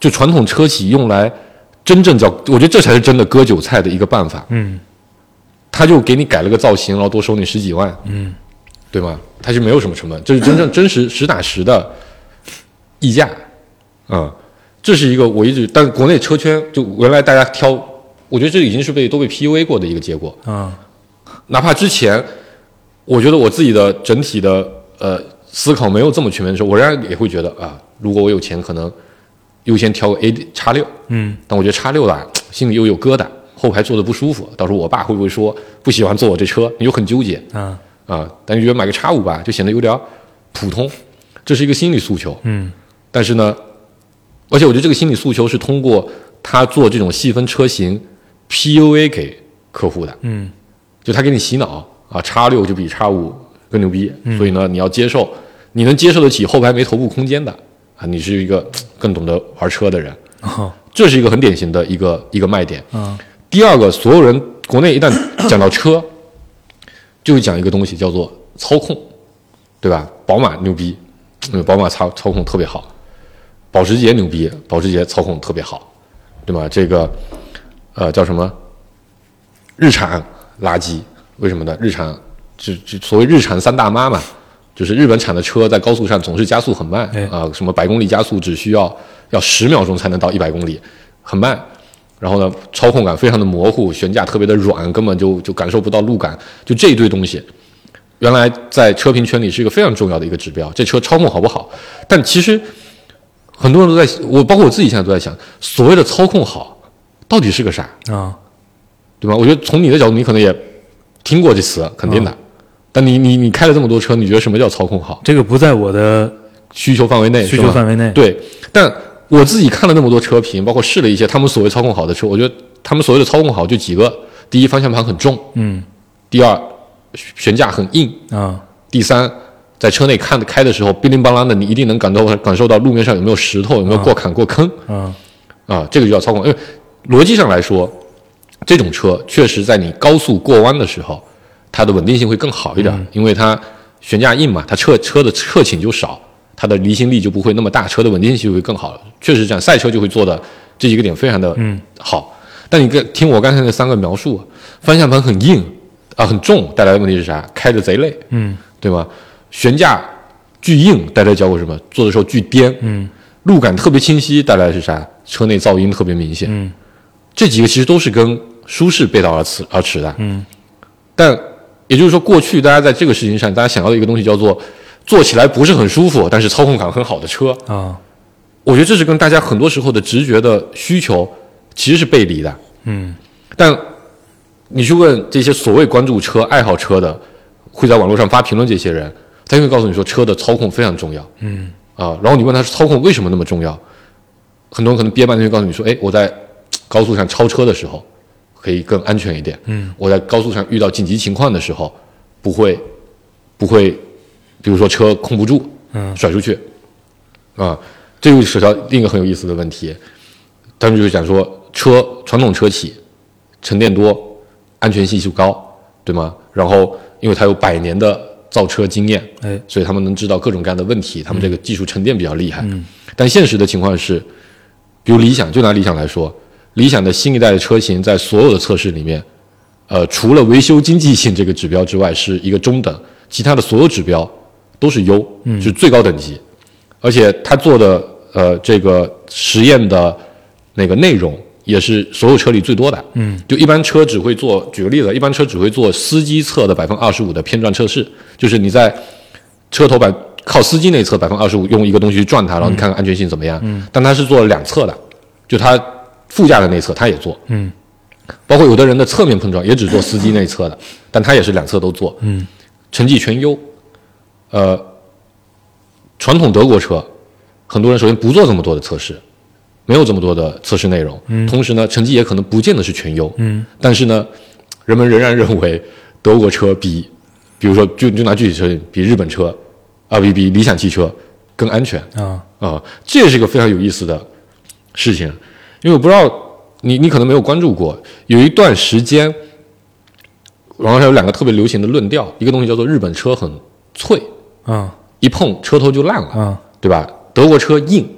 S4: 就传统车企用来真正叫，我觉得这才是真的割韭菜的一个办法。
S3: 嗯
S4: 他就给你改了个造型，然后多收你十几万，嗯，对吗？他是没有什么成本，这是真正真实实打实的溢价，嗯，这是一个我一直，但国内车圈就原来大家挑，我觉得这已经是被都被 PUA 过的一个结果，
S3: 啊
S4: 哪怕之前我觉得我自己的整体的呃思考没有这么全面的时候，我仍然也会觉得啊，如果我有钱，可能优先挑个 A 叉六，
S3: 嗯
S4: 但我觉得叉六啊，心里又有疙瘩，后排坐的不舒服，到时候我爸会不会说不喜欢坐我这车，你就很纠结
S3: 啊
S4: 啊。但你觉得买个叉五吧，就显得有点普通，这是一个心理诉求。
S3: 嗯
S4: 但是呢，而且我觉得这个心理诉求是通过他做这种细分车型 PUA 给客户的，
S3: 嗯
S4: 就他给你洗脑啊，叉六就比叉五更牛逼，
S3: 嗯
S4: 所以呢，你要接受，你能接受得起后排没头部空间的啊，你是一个嘖更懂得玩车的人。
S3: 哦
S4: 这是一个很典型的一个一个卖点。
S3: 啊
S4: 第二个，所有人国内一旦讲到车，就会讲一个东西叫做操控，对吧？宝马牛逼，嗯，宝马操操控特别好；保时捷牛逼，保时捷操控特别好，对吧？这个呃叫什么？日产垃圾，为什么呢？日产这这所谓日产三大妈嘛，就是日本产的车在高速上总是加速很慢
S3: 哎
S4: 啊、什么百公里加速只需要要十秒钟才能到一百公里，很慢。然后呢，操控感非常的模糊，悬架特别的软，根本就就感受不到路感。就这一堆东西，原来在车评圈里是一个非常重要的一个指标，这车操控好不好？但其实很多人都在，我包括我自己现在都在想，所谓的操控好到底是个啥？
S3: 啊，
S4: 对吧？我觉得从你的角度，你可能也听过这词，
S3: 嗯
S4: 肯定的。但你你你开了这么多车，你觉得什么叫操控好？
S3: 这个不在我的
S4: 需求范围内，
S3: 需
S4: 是
S3: 求
S4: 吧
S3: 范围内。
S4: 对。但我自己看了那么多车评，包括试了一些他们所谓操控好的车，我觉得他们所谓的操控好就几个：第一，方向盘很重；
S3: 嗯
S4: 第二，悬架很硬；
S3: 啊，
S4: 第三，在车内看开的时候，叮铃梆啷的，你一定能感到感受到路面上有没有石头，有没有过坎过坑。
S3: 嗯
S4: 啊，这个就叫操控。因为逻辑上来说，这种车确实在你高速过弯的时候，它的稳定性会更好一点，因为它悬架硬嘛，它车车的侧倾就少，它的离心力就不会那么大，车的稳定性就会更好了。确实是这样，赛车就会做的这几个点非常的好。但你跟听我刚才那三个描述，啊方向盘很硬啊，很重，带来的问题是啥？开着贼累，
S3: 嗯，
S4: 对吗？悬架巨硬带来结果是什么？坐的时候巨颠，
S3: 嗯，
S4: 路感特别清晰带来的是啥？车内噪音特别明显，
S3: 嗯，
S4: 这几个其实都是跟舒适背道而驰而驰的，
S3: 嗯，
S4: 但也就是说，过去大家在这个事情上，大家想要的一个东西叫做坐起来不是很舒服，但是操控感很好的车，
S3: 啊，
S4: 我觉得这是跟大家很多时候的直觉的需求其实是背离的，
S3: 嗯
S4: 但你去问这些所谓关注车、爱好车的，会在网络上发评论这些人，他就会告诉你说车的操控非常重要
S3: 嗯
S4: 啊。然后你问他操控为什么那么重要，很多人可能憋半天就告诉你说，哎，我在高速上超车的时候可以更安全一点，
S3: 嗯，
S4: 我在高速上遇到紧急情况的时候不会不会，比如说车控不住，
S3: 嗯
S4: 甩出去，啊，这就涉及到另一个很有意思的问题，他们就是讲说车传统车企沉淀多，安全系数高，对吗？然后因为它有百年的造车经验，
S3: 哎
S4: 所以他们能知道各种各样的问题，他们这个技术沉淀比较厉害。但现实的情况是，比如理想，就拿理想来说，理想的新一代的车型在所有的测试里面，呃，除了维修经济性这个指标之外，是一个中等，其他的所有指标都是优，是最高等级。而且他做的呃这个实验的那个内容也是所有车里最多的。嗯，就一般车只会做，举个例子，一般车只会做司机侧的百分之二十五的偏转测试，就是你在车头板靠司机那侧百分之二十五用一个东西去转它，然后你看看安全性怎么样。嗯，但它是做了两侧的，就它副驾的那侧它也做。
S3: 嗯，
S4: 包括有的人的侧面碰撞也只做司机那侧的，但他也是两侧都做。
S3: 嗯，
S4: 成绩全优。呃，传统德国车，很多人首先不做这么多的测试，没有这么多的测试内容。嗯，同时呢，成绩也可能不见得是全优。
S3: 嗯，
S4: 但是呢，人们仍然认为德国车比，比如说就就拿具体车比日本车，啊比比理想汽车更安全。
S3: 啊
S4: 啊，这也是一个非常有意思的事情，因为我不知道你你可能没有关注过，有一段时间，网络上有两个特别流行的论调，一个东西叫做日本车很脆，
S3: 啊
S4: 一碰车头就烂了，
S3: 啊，
S4: 对吧？德国车硬，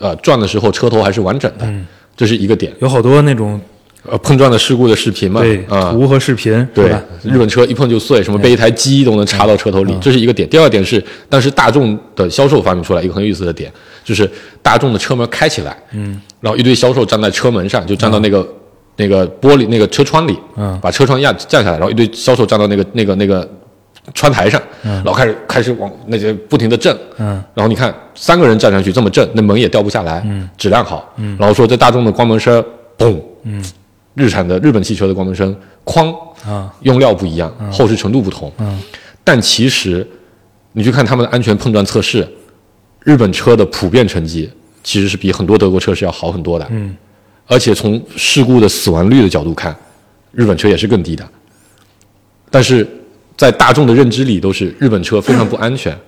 S4: 呃，转的时候车头还是完整的，
S3: 嗯
S4: 这是一个点。
S3: 有好多那种
S4: 呃，碰撞的事故的视频嘛，
S3: 对
S4: 啊、
S3: 图和视频是
S4: 对
S3: 吧？，
S4: 日本车一碰就碎，什么被一台鸡都能插到车头里，这是一个点。第二点是，当时大众的销售发明出来一个很有意思的点，就是大众的车门开起来，嗯，然后一堆销售站在车门上，就站到那个、那个玻璃那个车窗里，
S3: 嗯
S4: 把车窗压降下来，然后一堆销售站到那个那个那个窗台上，嗯，然后开始开始往那些不停的震，
S3: 嗯
S4: 然后你看三个人站上去这么震，那门也掉不下来，质量好，然后说这大众的光门声，嘣，嗯，日产的日本汽车的光门声，哐，
S3: 啊
S4: 用料不一样，厚实程度不同，
S3: 嗯
S4: 但其实你去看他们的安全碰撞测试，日本车的普遍成绩其实是比很多德国车是要好很多的，
S3: 嗯，
S4: 而且从事故的死亡率的角度看，日本车也是更低的，但是在大众的认知里都是日本车非常不安全，
S3: 嗯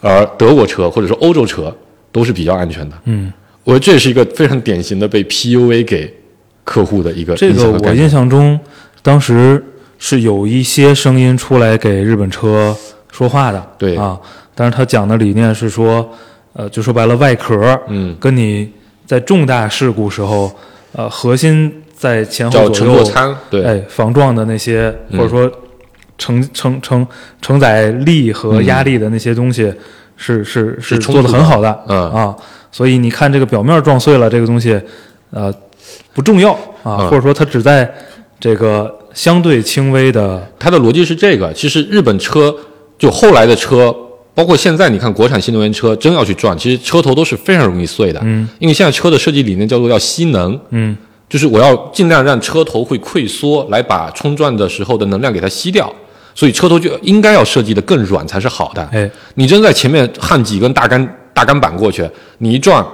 S4: 而德国车或者说欧洲车都是比较安全的。
S3: 嗯，
S4: 我觉得这是一个非常典型的被 PUA 给客户的一个
S3: 这
S4: 印象
S3: 个
S4: 和概
S3: 我
S4: 念
S3: 印象中当时是有一些声音出来给日本车说话的，
S4: 对
S3: 啊，但是他讲的理念是说，呃，就说白了，外壳，
S4: 嗯
S3: 跟你在重大事故时候，呃，核心在前
S4: 叫
S3: 后
S4: 乘
S3: 左
S4: 坐
S3: 右，
S4: 舱对嗯
S3: 哎，防撞的那些，或者说承承承承载力和压力的那些东西是、是
S4: 嗯是冲
S3: 做
S4: 突
S3: 得
S4: 的
S3: 很好的，
S4: 嗯
S3: 啊，所以你看这个表面撞碎了这个东西，呃，不重要啊，
S4: 嗯
S3: 或者说它只在这个相对轻微的，
S4: 它的逻辑是这个。其实日本车就后来的车，包括现在你看国产新能源车，真要去撞，其实车头都是非常容易碎的。嗯，因为现在车的设计理念叫做要吸能，
S3: 嗯
S4: 就是我要尽量让车头会溃缩，来把冲撞的时候的能量给它吸掉。所以车头就应该要设计的更软才是好的。
S3: 哎，
S4: 你真在前面焊几根大钢大钢板过去，你一撞，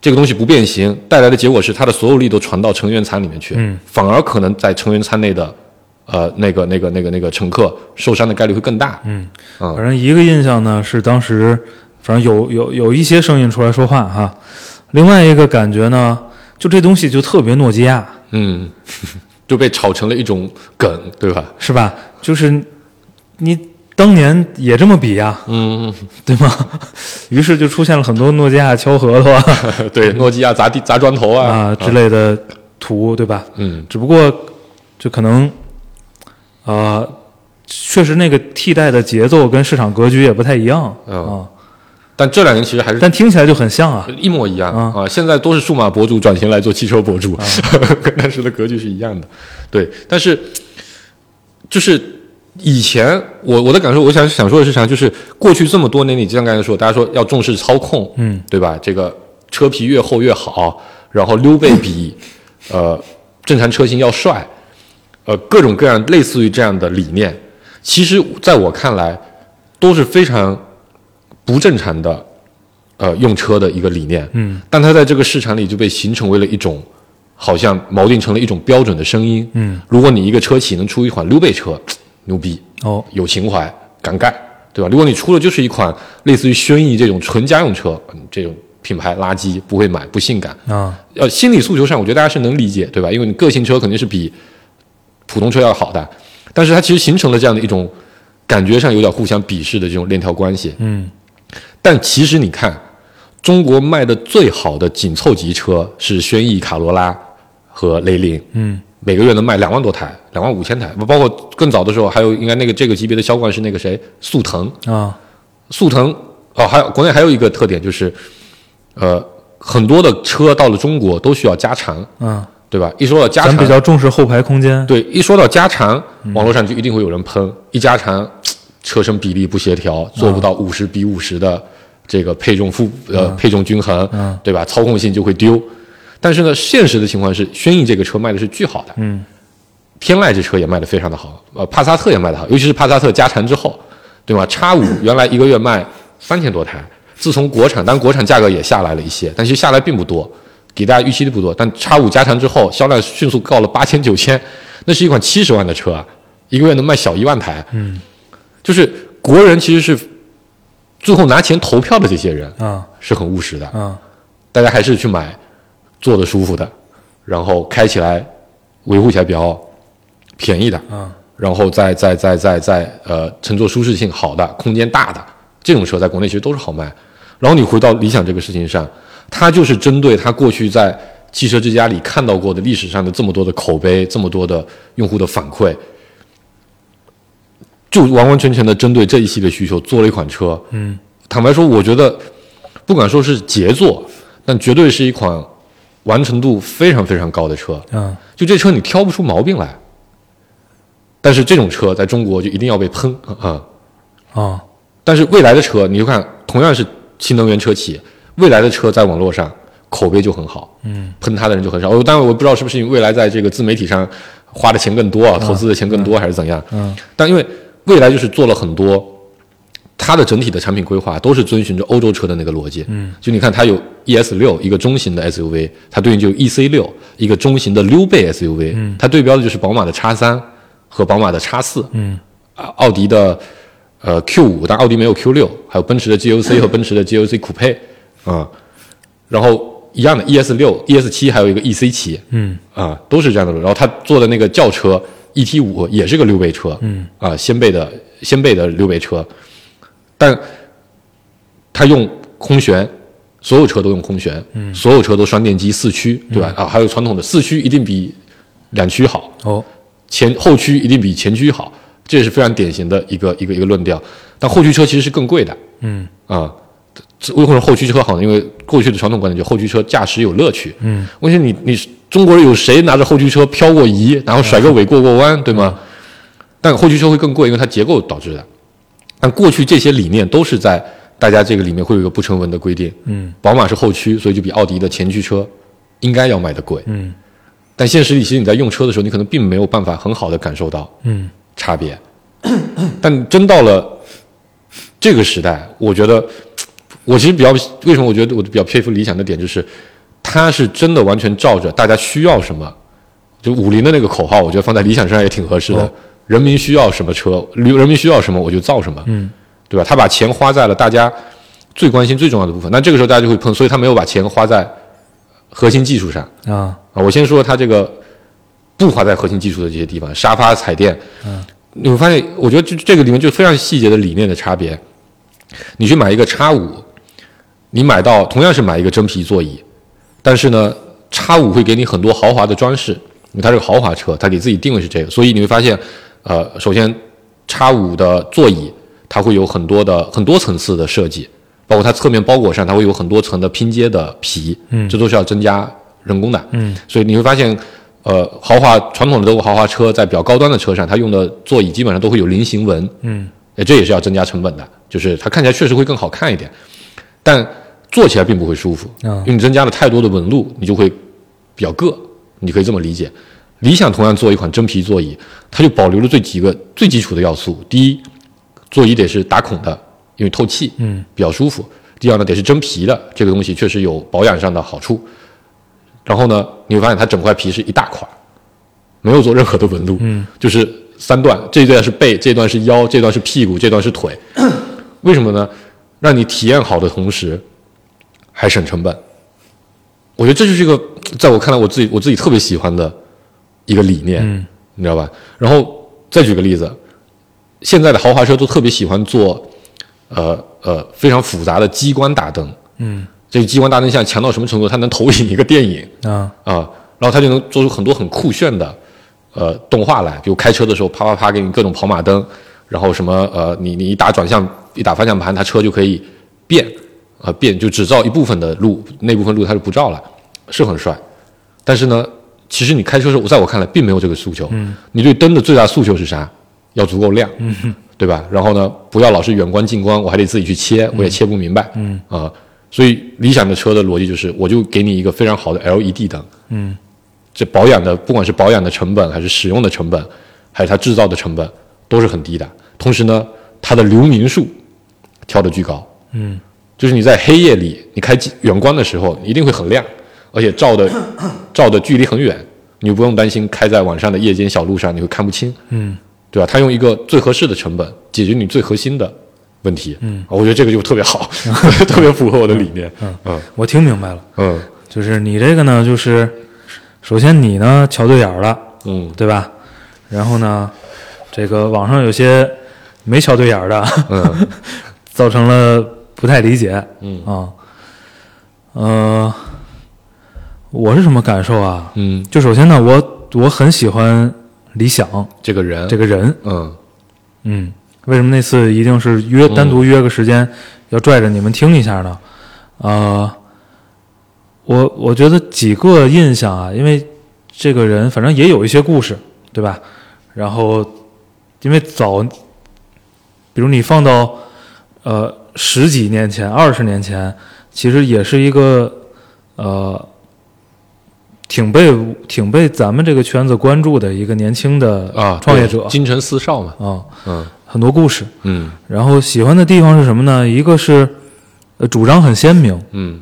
S4: 这个东西不变形，带来的结果是它的所有力都传到乘员舱里面去，
S3: 嗯
S4: 反而可能在乘员舱内的呃那个那个那个那个乘客受伤的概率会更大。
S3: 嗯，
S4: 嗯
S3: 反正一个印象呢是当时，反正有有有一些声音出来说话哈，另外一个感觉呢，就这东西就特别诺基亚，
S4: 嗯， [LAUGHS] 就被炒成了一种梗，对吧？ [LAUGHS]
S3: 是吧？就是你当年也这么比呀、
S4: 嗯，
S3: 对吗？ [LAUGHS] 于是就出现了很多诺基亚敲核桃啊
S4: [LAUGHS] 对，诺基亚砸地砸砖头啊
S3: 啊之，类的图，对吧？
S4: 嗯
S3: 只不过就可能，呃，确实那个替代的节奏跟市场格局也不太一样
S4: 嗯
S3: 啊，
S4: 但这两年其实还是
S3: 但听起来就很像啊。
S4: 一模一样
S3: 啊
S4: 啊！现在都是数码博主转型来做汽车博主， [LAUGHS] 跟当时的格局是一样的。对，但是就是以前我我的感受，我想想说的是啥？就是过去这么多年里，就像刚才说，大家说要重视操控，
S3: 嗯，
S4: 对吧？这个车皮越厚越好，然后溜背
S3: [LAUGHS]
S4: 比，呃，正常车型要帅，呃，各种各样类似于这样的理念，其实在我看来都是非常不正常的，呃，用车的一个理念。
S3: 嗯，
S4: 但它在这个市场里就被形成为了一种，好像锚定成了一种标准的声音。
S3: 嗯，
S4: 如果你一个车企能出一款溜背车，牛逼，
S3: 哦，
S4: 有情怀，敢干，对吧？如果你出的就是一款类似于轩逸这种纯家用车，嗯这种品牌垃圾不会买，不性感，
S3: 啊，
S4: 呃，心理诉求上，我觉得大家是能理解，对吧？因为你个性车肯定是比普通车要好的，但是它其实形成了这样的一种感觉上有点互相鄙视的这种链条关系。
S3: 嗯，
S4: 但其实你看，中国卖的最好的紧凑级车是轩逸、卡罗拉和雷凌，
S3: 嗯，
S4: 每个月能卖两万多台，两万五千台，包括更早的时候还有应该那个这个级别的销冠是那个谁速腾，
S3: 啊，
S4: 速腾哦，还有国内还有一个特点就是，呃，很多的车到了中国都需要加长，
S3: 嗯，
S4: 对吧？一说到加
S3: 咱
S4: 长，
S3: 比较重视后排空间，
S4: 对，一说到加长，网络上就一定会有人喷，一加长，车身比例不协调，做不到五十比五十的这个配重负呃配重均衡，
S3: 嗯
S4: 对吧？操控性就会丢。但是呢，现实的情况是，轩逸这个车卖的是巨好的，
S3: 嗯，
S4: 天籁这车也卖的非常的好，呃，帕萨特也卖的好，尤其是帕萨特加长之后，对吧？叉
S3: [LAUGHS]
S4: 五原来一个月卖三千多台，自从国产，当然国产价格也下来了一些，但其实下来并不多，给大家预期的不多。但叉五加长之后，销量迅速到了八千九千，那是一款七十万的车啊，一个月能卖小一万台，
S3: 嗯，
S4: 就是国人其实是最后拿钱投票的这些人
S3: 啊
S4: 是很务实的，
S3: 啊，
S4: 大家还是去买坐的舒服的，然后开起来维护起来比较便宜的，
S3: 嗯，
S4: 然后再再再再再呃乘坐舒适性好的、空间大的这种车，在国内其实都是好卖。然后你回到理想这个事情上，它就是针对它过去在汽车之家里看到过的历史上的这么多的口碑、这么多的用户的反馈，就完完全全的针对这一系列需求做了一款车。
S3: 嗯，
S4: 坦白说，我觉得不敢说是杰作，但绝对是一款完成度非常非常高的车。
S3: 啊，
S4: 就这车你挑不出毛病来，但是这种车在中国就一定要被喷啊、嗯
S3: 啊，
S4: 但是未来的车，你就看同样是新能源车企，未来的车在网络上口碑就很好，嗯，喷它的人就很少。哦，当然我不知道是不是因为未来在这个自媒体上花的钱更多啊，投资的钱更多还是怎样，
S3: 嗯，
S4: 但因为未来就是做了很多，它的整体的产品规划都是遵循着欧洲车的那个逻辑。嗯，就你看它有 ES 六一个中型的 SUV，它对应就有 EC 六一个中型的溜背 SUV，、它对标的就是宝马的 X 三和宝马的 X 四，
S3: 嗯
S4: 啊，奥迪的呃 Q 五，但奥迪没有 Q 六，还有奔驰的 GLC 和奔驰的 GLC Coupe 啊，然后一样的 ES 六、ES 七还有一个 EC 七，
S3: 嗯
S4: 啊，都是这样的路。然后他做的那个轿车 ET 五也是个溜背车，
S3: 嗯
S4: 啊，掀背的掀背的溜背车，但他用空悬，所有车都用空悬，嗯，所有车都双电机四驱，对吧？啊，还有传统的四驱一定比两驱好，
S3: 哦，
S4: 前后驱一定比前驱好，这也是非常典型的一个一个一个论调。但后驱车其实是更贵的，
S3: 嗯
S4: 啊、这为什么后驱车好呢？因为过去的传统观点就后驱车驾驶有乐趣。
S3: 嗯，
S4: 问题你你中国人有谁拿着后驱车漂过移，然后甩个尾过过弯，对吗？
S3: 嗯
S4: 但后驱车会更贵，因为它结构导致的。但过去这些理念都是在大家这个里面会有一个不成文的规定。
S3: 嗯，
S4: 宝马是后驱，所以就比奥迪的前驱车应该要卖的贵。
S3: 嗯
S4: 但现实里，其实你在用车的时候，你可能并没有办法很好的感受到
S3: 嗯
S4: 差别。但真到了这个时代，我觉得，我其实比较为什么我觉得我比较佩服理想的点，就是它是真的完全照着大家需要什么，就五菱的那个口号，我觉得放在理想身上也挺合适的。
S3: 哦
S4: 人民需要什么车，人人民需要什么我就造什么，
S3: 嗯，
S4: 对吧？他把钱花在了大家最关心、最重要的部分，那这个时候大家就会碰，所以他没有把钱花在核心技术上。
S3: 啊
S4: 啊，我先说它这个不花在核心技术的这些地方，沙发、彩电，嗯，你会发现，我觉得这这个里面就非常细节的理念的差别。你去买一个叉五，你买到同样是买一个真皮座椅，但是呢，叉五会给你很多豪华的装饰，因为它是个豪华车，它给自己定位是这个，所以你会发现，呃，首先叉五的座椅它会有很多的很多层次的设计，包括它侧面包裹上它会有很多层的拼接的皮，嗯，这都是要增加人工的，嗯，所以你会发现。呃，豪华传统的德国豪华车在比较高端的车上，它用的座椅基本上都会有菱形纹，
S3: 嗯，
S4: 呃这也是要增加成本的，就是它看起来确实会更好看一点，但坐起来并不会舒服，
S3: 嗯
S4: 因为你增加了太多的纹路，你就会比较硌，你可以这么理解。理想同样做一款真皮座椅，它就保留了最几个最基础的要素：第一，座椅得是打孔的，因为透气，
S3: 嗯，
S4: 比较舒服；第二呢，得是真皮的，这个东西确实有保养上的好处。然后呢，你会发现它整块皮是一大块，没有做任何的纹路，嗯，就是三段，这一段是背，这段是腰，这段是屁股，这段是腿。 [COUGHS] 为什么呢？让你体验好的同时，还省成本。我觉得这就是一个，在我看来，我自己我自己特别喜欢的一个理念，你知道吧？然后再举个例子，现在的豪华车都特别喜欢做，呃呃，非常复杂的激光大灯，
S3: 嗯
S4: 这个激光大灯现在强到什么程度？它能投影一个电影，
S3: 啊
S4: 啊，然后它就能做出很多很酷炫的呃动画来，比如开车的时候啪啪啪给你各种跑马灯，然后什么呃你你一打转向一打方向盘，它车就可以变啊、变就只照一部分的路，那部分路它就不照了，是很帅。但是呢，其实你开车的时候，在我看来并没有这个诉求。嗯，你对灯的最大诉求是啥？要足够亮，嗯，对吧？然后呢，不要老是远观近光，我还得自己去切，我也切不明白，嗯啊、所以理想的车的逻辑就是，我就给你一个非常好的 LED 灯，
S3: 嗯，
S4: 这保养的，不管是保养的成本，还是使用的成本，还是它制造的成本，都是很低的。同时呢，它的流明数调得巨高，
S3: 嗯，
S4: 就是你在黑夜里，你开近远光的时候，你一定会很亮，而且照的照的距离很远，你就不用担心开在晚上的夜间小路上你会看不清，
S3: 嗯，
S4: 对吧？它用一个最合适的成本解决你最核心的问题，嗯，我觉得这个就特别好， [LAUGHS] 特别符合我的理念，嗯嗯
S3: 我听明白了，
S4: 嗯
S3: 就是你这个呢，就是首先你呢瞧对眼儿了，
S4: 嗯
S3: 对吧？然后呢，这个网上有些没瞧对眼儿的，
S4: 嗯
S3: [LAUGHS] 造成了不太理解。
S4: 嗯
S3: 啊，呃，我是什么感受啊？
S4: 嗯，
S3: 就首先呢，我我很喜欢理想
S4: 这个人，
S3: 这
S4: 个
S3: 个人，
S4: 嗯
S3: 嗯，为什么那次一定是约单独约个时间，要拽着你们听一下呢？呃，我我觉得几个印象啊，因为这个人反正也有一些故事，对吧？然后因为早，比如你放到呃十几年前、二十年前，其实也是一个呃挺被挺被咱们这个圈子关注的一个年轻的嗯
S4: 啊，
S3: 创业者
S4: 对京城四少嘛，
S3: 啊
S4: 嗯
S3: 很多故事。
S4: 嗯
S3: 然后喜欢的地方是什么呢？一个是，呃，主张很鲜明，
S4: 嗯，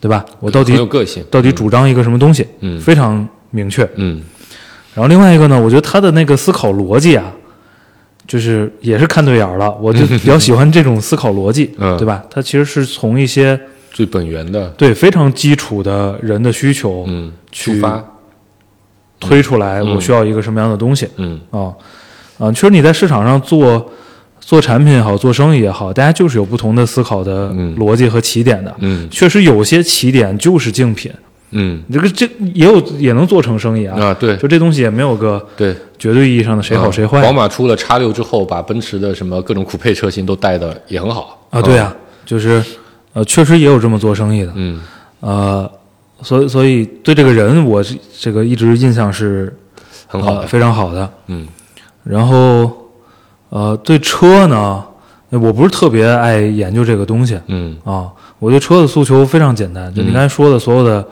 S3: 对吧？我到
S4: 很有
S3: 底
S4: 个性，
S3: 到底主张一个什么东西，
S4: 嗯
S3: 非常明确。
S4: 嗯
S3: 然后另外一个呢，我觉得他的那个思考逻辑啊，就是也是看对眼儿了，我就比较喜欢这种思考逻辑，
S4: [LAUGHS] 嗯
S3: 对吧？他其实是从一些
S4: 最本源的，
S3: 对非常基础的人的需求
S4: 嗯，
S3: 去
S4: 出发，
S3: 推出来，
S4: 嗯
S3: 我需要一个什么样的东西，
S4: 嗯
S3: 啊啊，其实你在市场上做做产品也好，做生意也好，大家就是有不同的思考的
S4: 嗯
S3: 逻辑和起点的。
S4: 嗯
S3: 确实有些起点就是竞品，
S4: 嗯
S3: 这个这也有也能做成生意啊。
S4: 啊，对
S3: 就这东西也没有个
S4: 对，
S3: 绝对意义上的谁好
S4: 啊
S3: 谁坏
S4: 宝马出了叉六之后，把奔驰的什么各种酷配车型都带的也很好
S3: 啊。对，啊，就是呃，确实也有这么做生意的。
S4: 嗯
S3: 呃，所以所以对这个人，我是这个一直印象是
S4: 很好的
S3: 呃非常好的。
S4: 嗯
S3: 然后呃，对车呢，我不是特别爱研究这个东西
S4: 嗯，
S3: 啊，我对车的诉求非常简单，就你刚才说的所有的，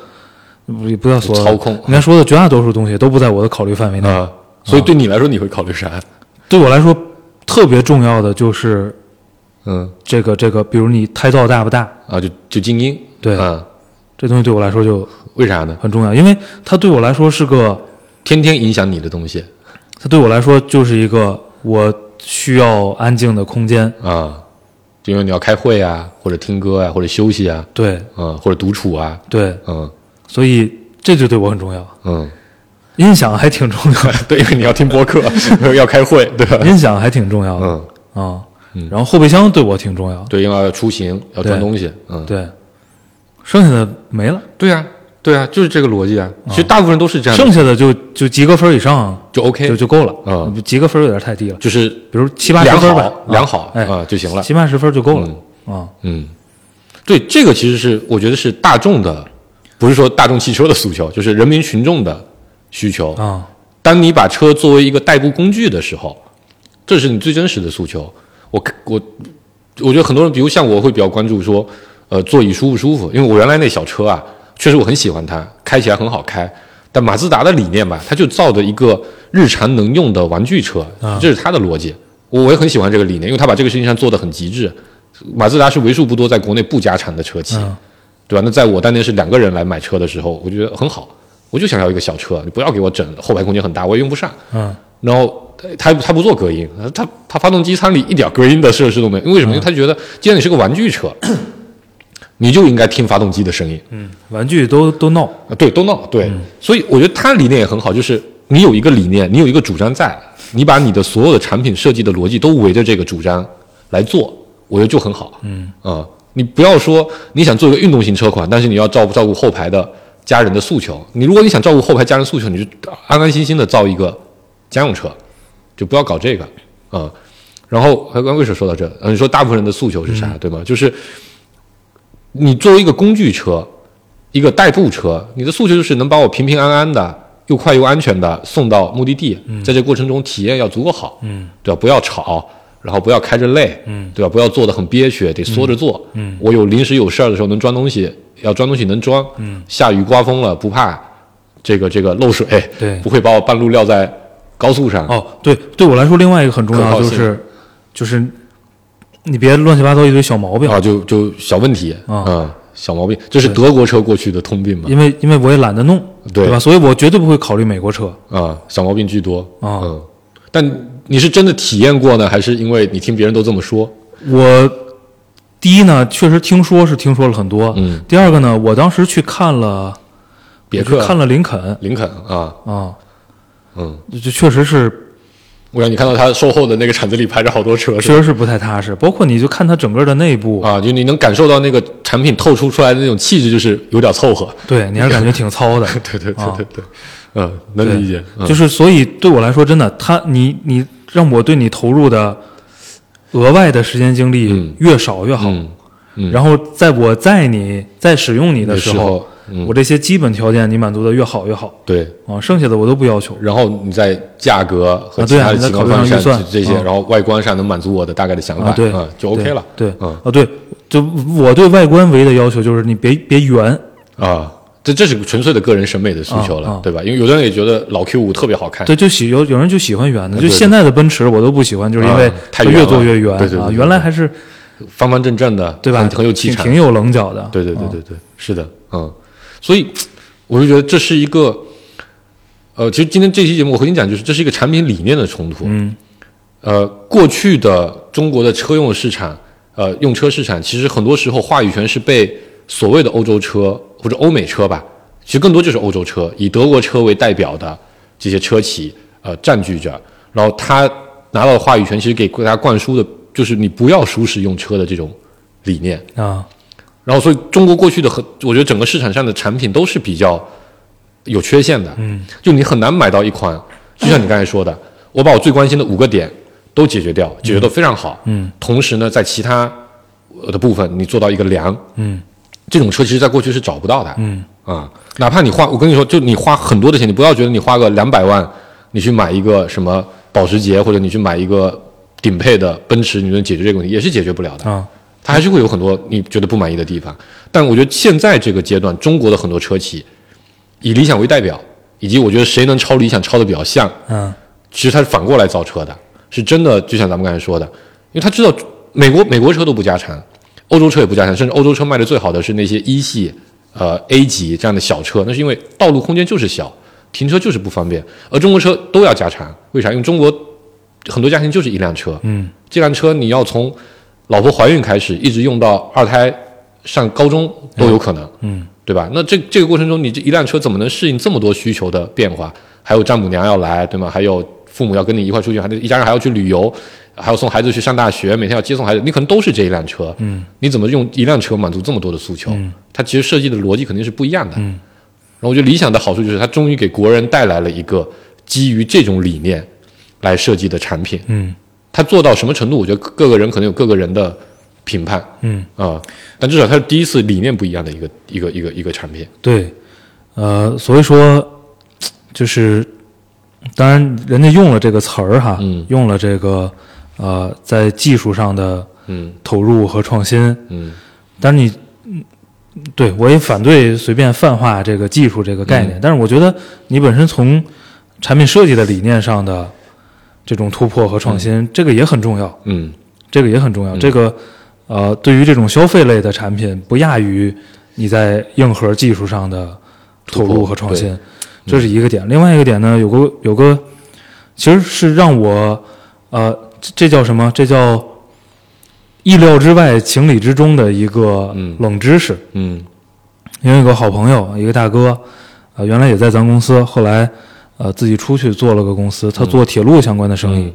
S3: 不不要所有的
S4: 操控
S3: 你刚才说的绝大多数东西都不在我的考虑范围内。
S4: 啊，所以对你来说你会考虑啥？
S3: 对我来说，特别重要的就是
S4: 嗯
S3: 这个这个，比如你胎噪大不大，
S4: 啊，就就精英，
S3: 对
S4: 啊，
S3: 这东西对我来说就
S4: 为啥呢？
S3: 很重要，因为它对我来说是个，
S4: 天天影响你的东西
S3: 它对我来说就是一个我需要安静的空间，
S4: 啊，就因为你要开会啊，或者听歌啊，或者休息啊，
S3: 对
S4: 嗯，或者独处啊，
S3: 对，
S4: 嗯
S3: 所以这就对我很重要。
S4: 嗯， [LAUGHS]
S3: 音响还挺重要，
S4: 对，因为你要听播客， [LAUGHS] 要开会，对吧？
S3: 音响还挺重要的
S4: 嗯，
S3: 啊、然后后备箱对我挺重要，
S4: 对，因为要出行要
S3: 对
S4: 装东西，嗯，
S3: 对，剩下的没了，
S4: 对啊，对啊，就是这个逻辑啊。其实大部分人都是这样的，
S3: 剩下的就就及格分以上
S4: 就 OK，
S3: 就就够了，
S4: 嗯
S3: 及格分有点太低了，
S4: 就是
S3: 比如七八十
S4: 良
S3: 分
S4: 好
S3: 吧，啊
S4: 良好
S3: 哎
S4: 啊就行了
S3: 七八十分就够了啊。
S4: 嗯，对，这个其实是我觉得是大众的，不是说大众汽车的诉求，就是人民群众的需求。
S3: 啊，
S4: 当你把车作为一个代步工具的时候，这是你最真实的诉求。我我我觉得很多人，比如像我会比较关注说，呃，座椅舒不舒服？因为我原来那小车啊，确实我很喜欢它，开起来很好开。但马自达的理念吧，它就造的一个日常能用的玩具车，这是它的逻辑。我我也很喜欢这个理念，因为它把这个事情上做得很极致。马自达是为数不多在国内不加产的车企，对吧？那在我当年是两个人来买车的时候，我觉得很好，我就想要一个小车，你不要给我整后排空间很大，我也用不上。
S3: 嗯，
S4: 然后呃他他不做隔音，呃他他发动机舱里一点隔音的设施都没有，因为什么？因为他觉得既然你是个玩具车， [COUGHS] 你就应该听发动机的声音。
S3: 嗯，玩具都都闹，
S4: 啊，对，都闹，对，所以我觉得他理念也很好，就是你有一个理念，你有一个主张在，你把你的所有的产品设计的逻辑都围着这个主张来做，我觉得就很好。嗯啊、你不要说你想做一个运动型车款，但是你要照顾照顾后排的家人的诉求。你如果你想照顾后排家人诉求，你就安安心心的造一个家用车，就不要搞这个啊、然后还刚为什么说到这？呃你说大部分人的诉求是啥，对吗？就是你作为一个工具车，一个代步车，你的诉求就是能把我平平安安的、又快又安全的送到目的地，在这过程中体验要足够好，嗯，对吧？不要吵，然后不要开着累，嗯，对吧？不要坐得很憋屈，得缩着坐，嗯，我有临时有事儿的时候能装东西，要装东西能装，嗯，下雨刮风了不怕这个这个漏水，
S3: 对
S4: 不会把我半路撂在高速上，
S3: 哦，对，对我来说，另外一个很重要
S4: 嗯可靠
S3: 就
S4: 性
S3: 是，就是你别乱七八糟一堆小毛病，
S4: 啊，就就小问题，
S3: 啊
S4: 嗯，小毛病，这是德国车过去的通病嘛，
S3: 因为因为我也懒得弄，
S4: 对
S3: 对吧？所以我绝对不会考虑美国车。
S4: 啊，小毛病居多
S3: 啊
S4: 嗯，但你是真的体验过呢，还是因为你听别人都这么说？
S3: 我第一呢，确实听说是听说了很多，
S4: 嗯。
S3: 第二个呢，我当时去看了
S4: 别克
S3: 我去看了林肯
S4: 林肯啊，
S3: 啊，
S4: 嗯，
S3: 就就确实是
S4: 我让你看到他售后的那个厂子里排着好多车，是
S3: 确
S4: 吧？
S3: 实是不太踏实，包括你就看它整个的内部，
S4: 啊，就你能感受到那个产品透出出来的那种气质，就是有点凑合。 [LAUGHS]
S3: 对你还是感觉挺糙的，
S4: 对对对
S3: 啊
S4: 对对，嗯，能理解。嗯
S3: 就是所以对我来说，真的，他你你让我对你投入的额外的时间精力
S4: 嗯
S3: 越少越好。
S4: 嗯嗯
S3: 然后在我在你在使用你的
S4: 的
S3: 时
S4: 时候，嗯
S3: 我这些基本条件你满足的越好越好
S4: 对，
S3: 啊，剩下的我都不要求。
S4: 然后你在价格和
S3: 啊
S4: 其
S3: 对啊
S4: 他的
S3: 你在
S4: 情况
S3: 考虑上
S4: 下
S3: 预算
S4: 这些，
S3: 嗯
S4: 然后外观上能满足我的大概的想
S3: 啊，
S4: 法，
S3: 对
S4: 嗯，，就 OK 了。
S3: 对，对
S4: 嗯
S3: 啊，对，就我对外观唯一的要求就是你别别圆，
S4: 啊，这这是纯粹的个人审美的诉求了，
S3: 啊啊
S4: 对吧？因为有的人也觉得老 Q 五特别好看，
S3: 对，就喜有有人就喜欢圆的，
S4: 啊
S3: 就
S4: 对
S3: 现在的奔驰我都不喜欢，就是因为
S4: 啊太
S3: 它越
S4: 圆了
S3: 做越圆
S4: 对对
S3: 啊，
S4: 对对
S3: 原来还是
S4: 方方正正的，
S3: 对吧
S4: 很，很有气
S3: 挺
S4: 场，
S3: 挺有棱角的，
S4: 对对对
S3: 啊
S4: 对对，是的，嗯，所以我就觉得这是一个，呃，其实今天这期节目我和你讲，就是这是一个产品理念的冲突。
S3: 嗯，
S4: 呃，过去的中国的车用市场，呃，用车市场，其实很多时候话语权是被所谓的欧洲车或者欧美车吧，其实更多就是欧洲车，以德国车为代表的这些车企，呃，占据着。然后他拿到的话语权，其实给大家灌输的就是你不要舒适用车的这种理念。
S3: 啊，
S4: 然后，所以中国过去的很，我觉得整个市场上的产品都是比较有缺陷的。嗯，就你很难买到一款，就像你刚才说的，我把我最关心的五个点都解决掉，解决得非常好。
S3: 嗯，
S4: 同时呢，在其他呃的部分，你做到一个良，
S3: 嗯
S4: 这种车其实在过去是找不到的。
S3: 嗯
S4: 啊、哪怕你花，我跟你说，就你花很多的钱，你不要觉得你花个两百万，你去买一个什么保时捷，或者你去买一个顶配的奔驰，你能解决这个问题，也是解决不了的。
S3: 啊，
S4: 它还是会有很多你觉得不满意的地方。但我觉得现在这个阶段，中国的很多车企以理想为代表，以及我觉得谁能超理想超的比较像，
S3: 嗯
S4: 其实它是反过来造车的，是真的。就像咱们刚才说的，因为他知道美国美国车都不加产，欧洲车也不加产，甚至欧洲车卖的最好的是那些一系、呃 A 级这样的小车，那是因为道路空间就是小，停车就是不方便。而中国车都要加产，为啥？因为中国很多家庭就是一辆车，
S3: 嗯，
S4: 这辆车你要从老婆怀孕开始，一直用到二胎上高中都有可能，
S3: 嗯，
S4: 对吧？那这这个过程中，你这一辆车怎么能适应这么多需求的变化？还有丈母娘要来，对吗？还有父母要跟你一块出去，还得一家人还要去旅游，还要送孩子去上大学，每天要接送孩子，你可能都是这一辆车，嗯，你怎么用一辆车满足这么多的诉求？它其实设计的逻辑肯定是不一样的，
S3: 嗯。
S4: 然后我觉得理想的好处就是，它终于给国人带来了一个基于这种理念来设计的产品，
S3: 嗯
S4: 他做到什么程度，我觉得各个人可能有各个人的评判
S3: 嗯，
S4: 啊、但至少他是第一次理念不一样的一个一个一个一个产品。
S3: 对，呃，所以说就是，当然人家用了这个词儿哈，
S4: 嗯
S3: 用了这个呃，在技术上的
S4: 嗯
S3: 投入和创新，
S4: 嗯
S3: 但是你，嗯对我也反对随便泛化这个技术这个概念。但是我觉得你本身从产品设计的理念上的这种突破和创新，这个也很重要，
S4: 嗯
S3: 这个也很重要。这个呃，对于这种消费类的产品，不亚于你在硬核技术上的投入和创新，这是一个点。另外一个点呢，有个有个，其实是让我呃，这这叫什么？这叫意料之外、情理之中的一个
S4: 嗯
S3: 冷知识。
S4: 嗯
S3: 因为有个好朋友，一个大哥，呃，原来也在咱公司，后来呃自己出去做了个公
S4: 嗯
S3: 司，他做铁路相关的生意。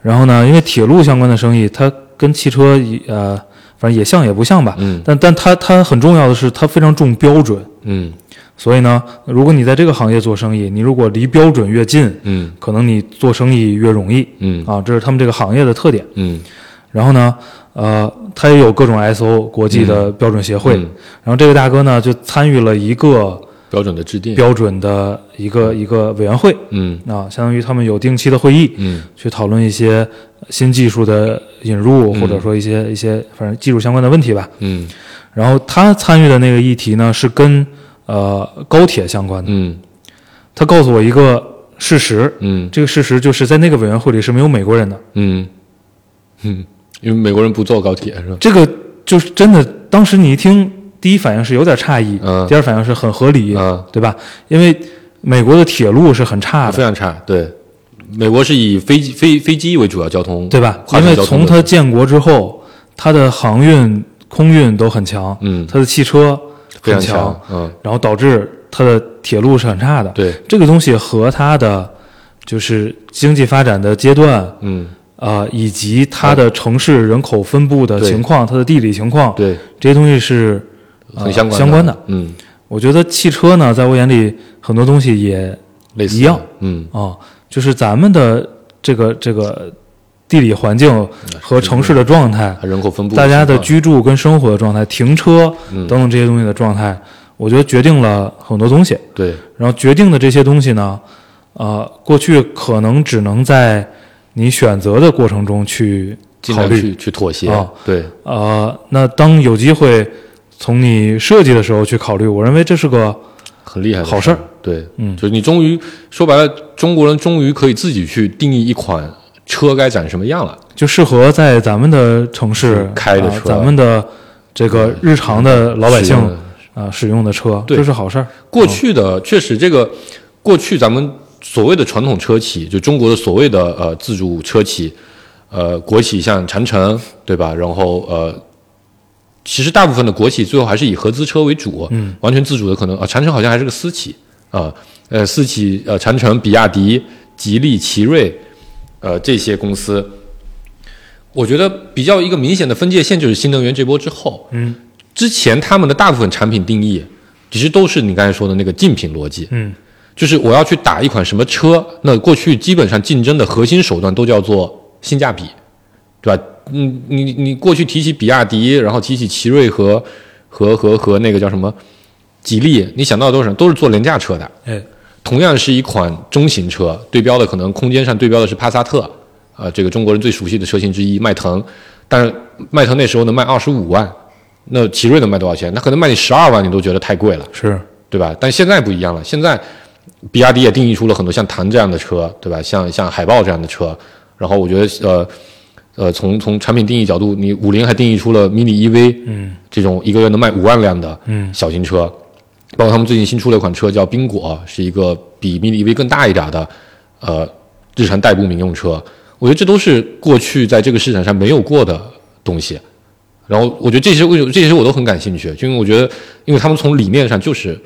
S3: 然后呢，因为铁路相关的生意，它跟汽车也呃，反正也像也不像吧。
S4: 嗯
S3: 但但它它很重要的是，它非常重标准。
S4: 嗯
S3: 所以呢，如果你在这个行业做生意，你如果离标准越近，
S4: 嗯
S3: 可能你做生意越容易
S4: 嗯
S3: 啊，这是他们这个行业的特点。
S4: 嗯
S3: 然后呢，呃，他也有各种 SO 国际的标准协会。
S4: 嗯
S3: 然后这个大哥呢，就参与了一个
S4: 标准的制定。
S3: 标准的一个一个委员会
S4: 嗯
S3: 啊，相当于他们有定期的会议，
S4: 嗯
S3: 去讨论一些新技术的引入，或者说一些一些反正技术相关的问题吧。
S4: 嗯
S3: 然后他参与的那个议题呢，是跟呃高铁相关的。
S4: 嗯
S3: 他告诉我一个事实，
S4: 嗯
S3: 这个事实就是在那个委员会里是没有美国人的。
S4: 嗯嗯，因为美国人不坐高铁是吧？
S3: 这个就是真的，当时你一听，第一反应是有点诧异，
S4: 嗯
S3: 第二反应是很合理，
S4: 嗯
S3: 对吧？因为美国的铁路是很差
S4: 非
S3: 的，
S4: 常差。对，美国是以飞机飞飞机为主要交通，
S3: 对吧？
S4: 跨
S3: 因
S4: 境
S3: 为
S4: 交通
S3: 从
S4: 的
S3: 它建国之后，它的航运、空运都很强，
S4: 嗯
S3: 它的汽车
S4: 非
S3: 很
S4: 常强。嗯，
S3: 然后导致它的铁路是很差的。
S4: 对，
S3: 这个东西和它的就是经济发展的阶段，
S4: 嗯
S3: 啊、以及它的城市人口分布的
S4: 对
S3: 情况、它的地理情况，
S4: 对，
S3: 这些东西是、呃
S4: 很相关
S3: 相关的
S4: 的。。嗯，
S3: 我觉得汽车呢，在我眼里很多东西也
S4: 类似
S3: 一样
S4: 的。嗯
S3: 啊、就是咱们的这个这个地理环境和城市的状态，
S4: 人口分布情况，
S3: 大家的居住跟生活的状态、停车
S4: 嗯
S3: 等等这些东西的状态，我觉得决定了很多东西。
S4: 对
S3: 然后决定的这些东西呢，呃，过去可能只能在你选择的过程中去
S4: 尽
S3: 考
S4: 量
S3: 虑
S4: 去，去妥协
S3: 啊。
S4: 对，
S3: 呃，那当有机会从你设计的时候去考虑，我认为这是个
S4: 很厉害的
S3: 好事
S4: 事
S3: 儿。
S4: 对，
S3: 嗯
S4: 就是你终于说白了，中国人终于可以自己去定义一款车该长什么样了。
S3: 就适合在咱们的城市
S4: 是开着
S3: 啊
S4: 车
S3: 咱们的这个日常的老百姓
S4: 使用的
S3: 啊使用的车，
S4: 对
S3: 这是好事儿。
S4: 过去的确实，这个过去咱们所谓的传统车企，就中国的所谓的呃自主车企，呃国企像长城，对吧？然后呃，其实大部分的国企最后还是以合资车为主，嗯，完全自主的可能啊、呃长城好像还是个私企啊、呃，私企呃，长城、比亚迪、吉利、奇瑞，呃这些公司。我觉得比较一个明显的分界线就是新能源这波之后，
S3: 嗯，
S4: 之前他们的大部分产品定义其实都是你刚才说的那个竞品逻辑，
S3: 嗯，
S4: 就是我要去打一款什么车，那过去基本上竞争的核心手段都叫做性价比，对吧？嗯，你你过去提起比亚迪，然后提起奇瑞和和和和那个叫什么吉利，你想到的都是都是做廉价车的，
S3: 哎，
S4: 同样是一款中型车，对标的可能空间上对标的是帕萨特，呃，这个中国人最熟悉的车型之一，迈腾。但是迈腾那时候能卖二十五万，那奇瑞能卖多少钱？那可能卖你十二万，你都觉得太贵了，
S3: 是，
S4: 对吧？但现在不一样了，现在比亚迪也定义出了很多像唐这样的车，对吧？像像海豹这样的车。然后我觉得，呃呃，从从产品定义角度，你五菱还定义出了 mini EV，
S3: 嗯，
S4: 这种一个月能卖五万辆的，
S3: 嗯
S4: 小型车，包括他们最近新出了一款车叫缤果，是一个比 Mini EV 更大一点的，呃，日常代步民用车。我觉得这都是过去在这个市场上没有过的东西。然后我觉得这些为什么这些我都很感兴趣，就因为我觉得，因为他们从理念上就是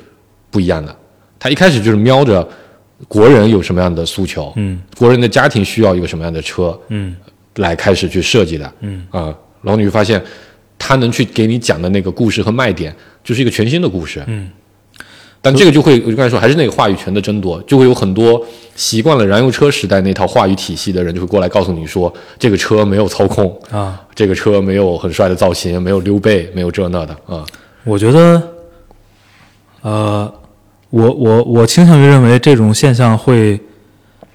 S4: 不一样的。他一开始就是瞄着国人有什么样的诉求，
S3: 嗯，
S4: 国人的家庭需要一个什么样的车，
S3: 嗯，
S4: 来开始去设计的，
S3: 嗯
S4: 啊、然后你会发现，他能去给你讲的那个故事和卖点，就是一个全新的故事，
S3: 嗯。
S4: 但这个就会，我就刚才说，还是那个话语权的争夺，就会有很多习惯了燃油车时代那套话语体系的人，就会过来告诉你说，这个车没有操控，
S3: 啊，
S4: 这个车没有很帅的造型，没有溜背，没有这那的啊、
S3: 我觉得，呃，我我我倾向于认为这种现象会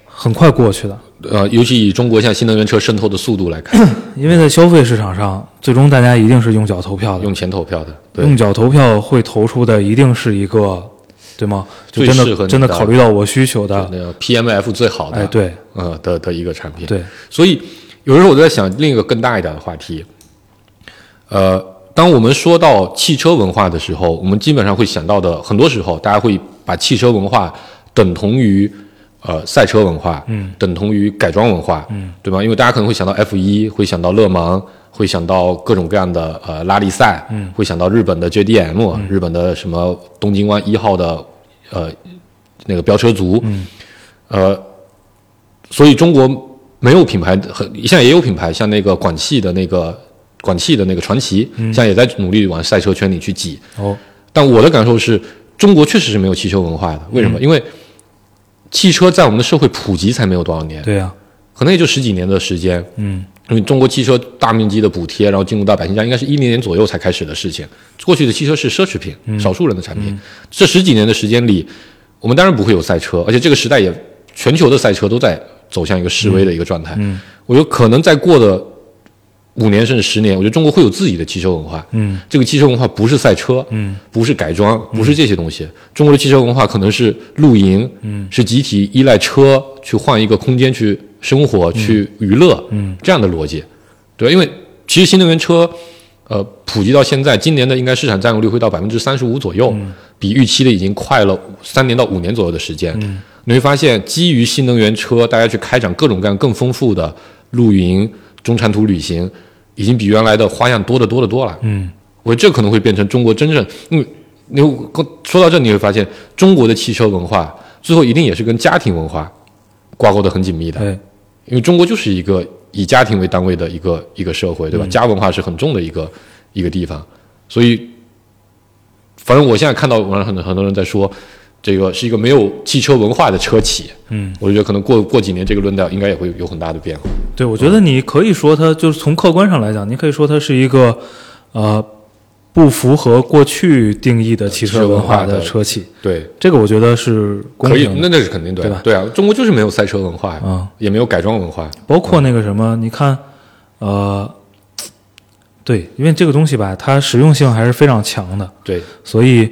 S3: 很快过去的，
S4: 呃，尤其以中国现在新能源车渗透的速度来看，
S3: 因为在消费市场上，最终大家一定是用脚投票的，
S4: 用钱投票的，对，
S3: 用脚投票会投出的一定是一个，对吗？就
S4: 最
S3: 真
S4: 适合
S3: 的
S4: 你
S3: 真的
S4: 的
S3: 考虑到我需求的，
S4: 那个 PMF 最好的，
S3: 哎，，对
S4: 呃的的一个产品，
S3: 对，
S4: 所以有的时候我就在想另一个更大一点的话题，呃，当我们说到汽车文化的时候，我们基本上会想到的，很多时候大家会把汽车文化等同于呃赛车文化，嗯，等同于改装文化，嗯，对吧？因为大家可能会想到 F 一，会想到勒芒。会想到各种各样的呃拉力赛，嗯，会想到日本的 JDM，、日本的什么东京湾一号的呃那个飙车族，嗯，呃，所以中国没有品牌的，很现在也有品牌，像那个广汽的那个广汽的那个传奇，现在也在努力往赛车圈里去挤。
S3: 哦，
S4: 但我的感受是，中国确实是没有汽车文化的。为什么？因为汽车在我们的社会普及才没有多少年，
S3: 对呀、
S4: 可能也就十几年的时间。
S3: 嗯，
S4: 因为中国汽车大面积的补贴，然后进入到百姓家，应该是一零年左右才开始的事情。过去的汽车是奢侈品，少数人的产品。
S3: 嗯
S4: 这十几年的时间里，我们当然不会有赛车，而且这个时代也全球的赛车都在走向一个示威的一个状态。
S3: 嗯
S4: 我觉得可能再过的五年甚至十年，我觉得中国会有自己的汽车文化。
S3: 嗯，
S4: 这个汽车文化不是赛车，
S3: 嗯，
S4: 不是改装，不是这些东西。中国的汽车文化可能是露营，嗯，是集体依赖车去换一个空间去生活、去娱乐，嗯，这样的逻辑，对吧？因为其实新能源车，呃，普及到现在，今年的应该市场占有率会到百分之三十五左右，比预期的已经快了三年到五年左右的时间。你会发现，基于新能源车，大家去开展各种各样更丰富的露营、中长途旅行，已经比原来的花样多得多得多了。
S3: 嗯，
S4: 我觉得这可能会变成中国真正，因为你说到这，你会发现中国的汽车文化最后一定也是跟家庭文化挂钩的很紧密的，
S3: 对，
S4: 因为中国就是一个以家庭为单位的一个一个社会，对吧？
S3: 嗯
S4: 家文化是很重的一个一个地方，所以反正我现在看到网上很多很多人在说，这个是一个没有汽车文化的车企，
S3: 嗯，
S4: 我就觉得可能过过几年这个论调应该也会有很大的变化。
S3: 对，我觉得你可以说它就是从客观上来讲，你可以说它是一个呃不符合过去定义的汽车文化的车企，
S4: 对，
S3: 这个我觉得是公
S4: 可以，
S3: 平
S4: 那
S3: 的。
S4: 那是肯定对
S3: 对吧
S4: 对啊，中国就是没有赛车文化呀，
S3: 嗯
S4: 也没有改装文化，
S3: 包括那个什么，你看，呃，对，因为这个东西吧，它实用性还是非常强的，
S4: 对，
S3: 所以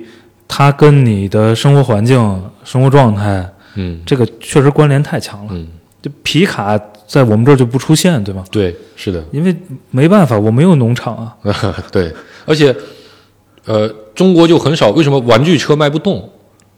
S3: 它跟你的生活环境、生活状态，
S4: 嗯
S3: 这个确实关联太强了。
S4: 嗯，
S3: 就皮卡在我们这儿就不出现，对吗？
S4: 对，是的，
S3: 因为没办法，我没有农场啊。
S4: [LAUGHS] 对，而且，呃，中国就很少，为什么玩具车卖不动？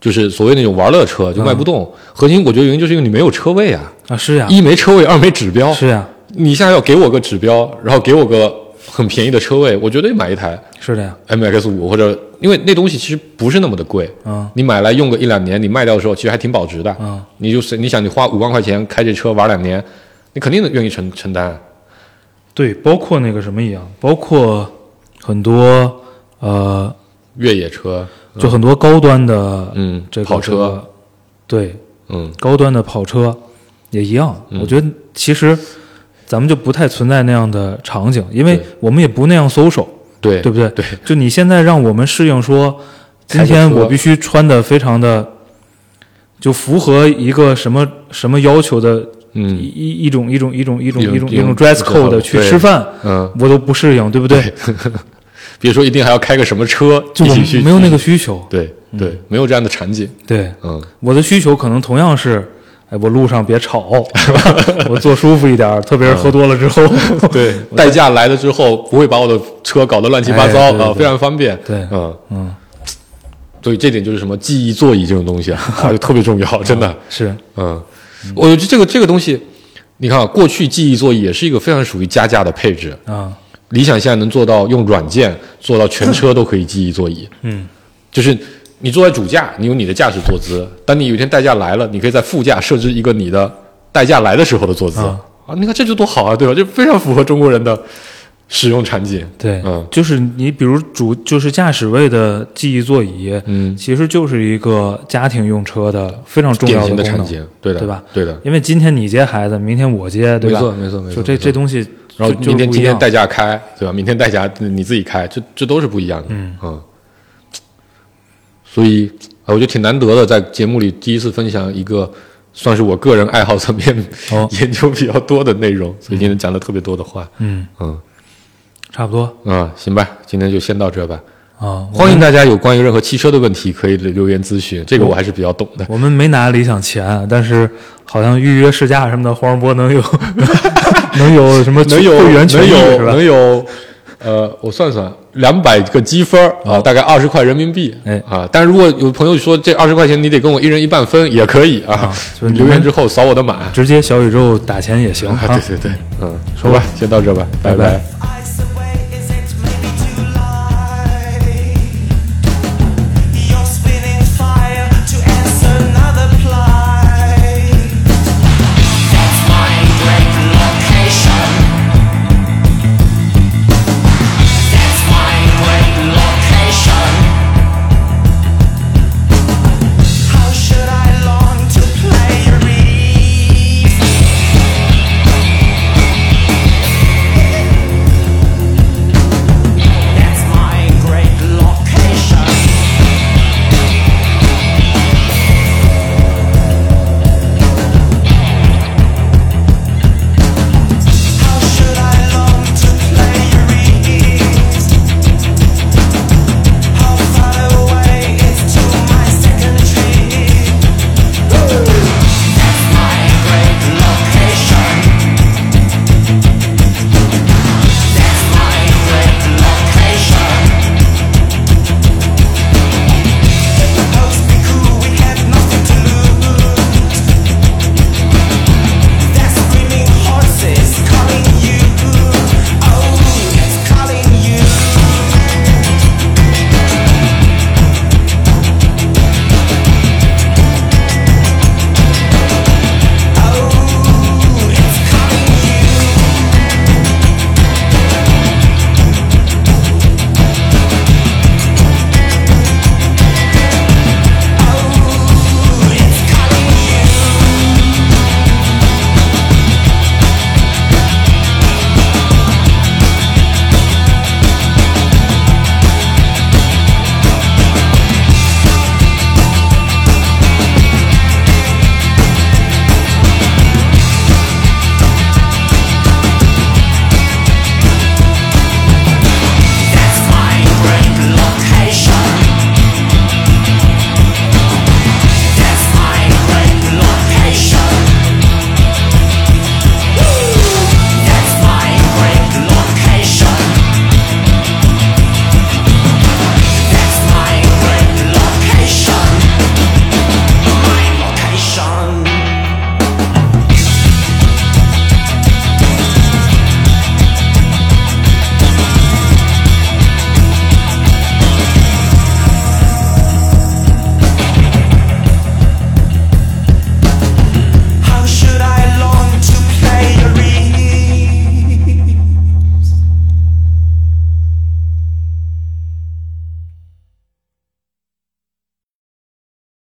S4: 就是所谓那种玩乐车就卖不动，核心我觉得原因就是因为你没有车位啊，
S3: 嗯啊，是呀，
S4: 一没车位，二没指标，
S3: 是呀，
S4: 你现在要给我个指标，然后给我个很便宜的车位，我绝对买一台
S3: 是的呀，
S4: MX 五或者，因为那东西其实不是那么的贵，
S3: 嗯
S4: 你买来用个一两年，你卖掉的时候其实还挺保值的。
S3: 嗯，
S4: 你就是你想你花五万块钱开这车玩两年，你肯定愿意承承担。
S3: 对，包括那个什么一样，包括很多呃，
S4: 越野车，
S3: 就很多高端的
S4: 嗯，
S3: 这个
S4: 跑
S3: 这
S4: 车，
S3: 个对
S4: 嗯
S3: 高端的跑车也一样。我觉得其实咱们就不太存在那样的场景，因为
S4: 对
S3: 我们也不那样 social，
S4: 对
S3: 对不对？
S4: 对，
S3: 就你现在让我们适应说，今
S4: 开个
S3: 天
S4: 车
S3: 我必须穿的非常的，就符合一个什么什么要求的一
S4: 嗯
S3: 一一种一种一种一种
S4: 一种
S3: 一种
S4: 一
S3: 一种
S4: 种
S3: dress
S4: 一种
S3: code 去
S4: 对
S3: 吃饭，
S4: 嗯，
S3: 我都不适应，对不对？
S4: 别说一定还要开个什么车
S3: 就
S4: 一
S3: 我
S4: 起去，
S3: 没有那个嗯需求，
S4: 对对，没有这样的场景，
S3: 对
S4: 嗯，
S3: 我的需求可能同样是。哎，我路上别吵，
S4: [LAUGHS]
S3: 是吧？我坐舒服一点儿，特别是喝多了之后。
S4: 嗯对， [LAUGHS] 代驾来了之后不会把我的车搞得乱七八糟
S3: 哎
S4: 啊、
S3: 对对
S4: 非常方便。
S3: 对
S4: 嗯嗯，所以这点就是什么记忆座椅这种
S3: [LAUGHS]
S4: 东西啊，啊就特别重要，真的。
S3: [LAUGHS] 是，
S4: 嗯，我觉得这个这个东西，你看啊，过去记忆座椅也是一个非常属于加价的配置。
S3: 啊，
S4: 理想现在能做到用软件做到全车都可以记忆座椅，
S3: 嗯，
S4: 就是你坐在主驾，你有你的驾驶坐姿；当你有一天代驾来了，你可以在副驾设置一个你的代驾来的时候的坐姿
S3: 啊
S4: 啊你看这就多好啊，对吧？这非常符合中国人的使用场景。
S3: 对，
S4: 嗯
S3: 就是你比如主就是驾驶位的记忆座椅，
S4: 嗯
S3: 其实就是一个家庭用车的非常重
S4: 典
S3: 要
S4: 型的
S3: 功
S4: 场
S3: 能，
S4: 景，对的，
S3: 对吧？
S4: 对的，
S3: 因为今天你接孩子，明天我接，对吧？
S4: 没错没错没错
S3: 就这
S4: 没错
S3: 这东西就，
S4: 然后
S3: 就
S4: 明
S3: 是
S4: 天
S3: 不
S4: 今
S3: 一
S4: 天
S3: 样
S4: 代驾开，对吧？明天代驾你自己开，这这都是不一样的。嗯所以啊，我觉得挺难得的，在节目里第一次分享一个算是我个人爱好层面、
S3: 哦
S4: [LAUGHS] 研究比较多的内容，所以今天讲了特别多的话。
S3: 嗯，
S4: 嗯
S3: 差不多
S4: 啊，行吧，今天就先到这吧。
S3: 啊。我
S4: 欢迎大家有关于任何汽车的问题可以留言咨询，这个我还是比较懂的。
S3: 我们没拿理想钱，啊但是好像预约试驾什么的，黄世波能有 [LAUGHS] 能有什么
S4: [LAUGHS] 能有
S3: 会员权
S4: 能
S3: 益
S4: 有
S3: 是吧
S4: 能？有，呃，我算算，两百个积分儿啊，大概二十块人民币，
S3: 嗯哎
S4: 啊，但如果有朋友说这二十块钱你得跟我一人一半分，也可以啊，
S3: 就是你
S4: 留
S3: 们
S4: 言之后扫我的码，
S3: 直接小宇宙打钱也行
S4: 啊，
S3: 啊
S4: 对。对对，嗯，说吧，先到这吧，拜
S3: 拜
S4: 拜
S3: 拜
S2: I see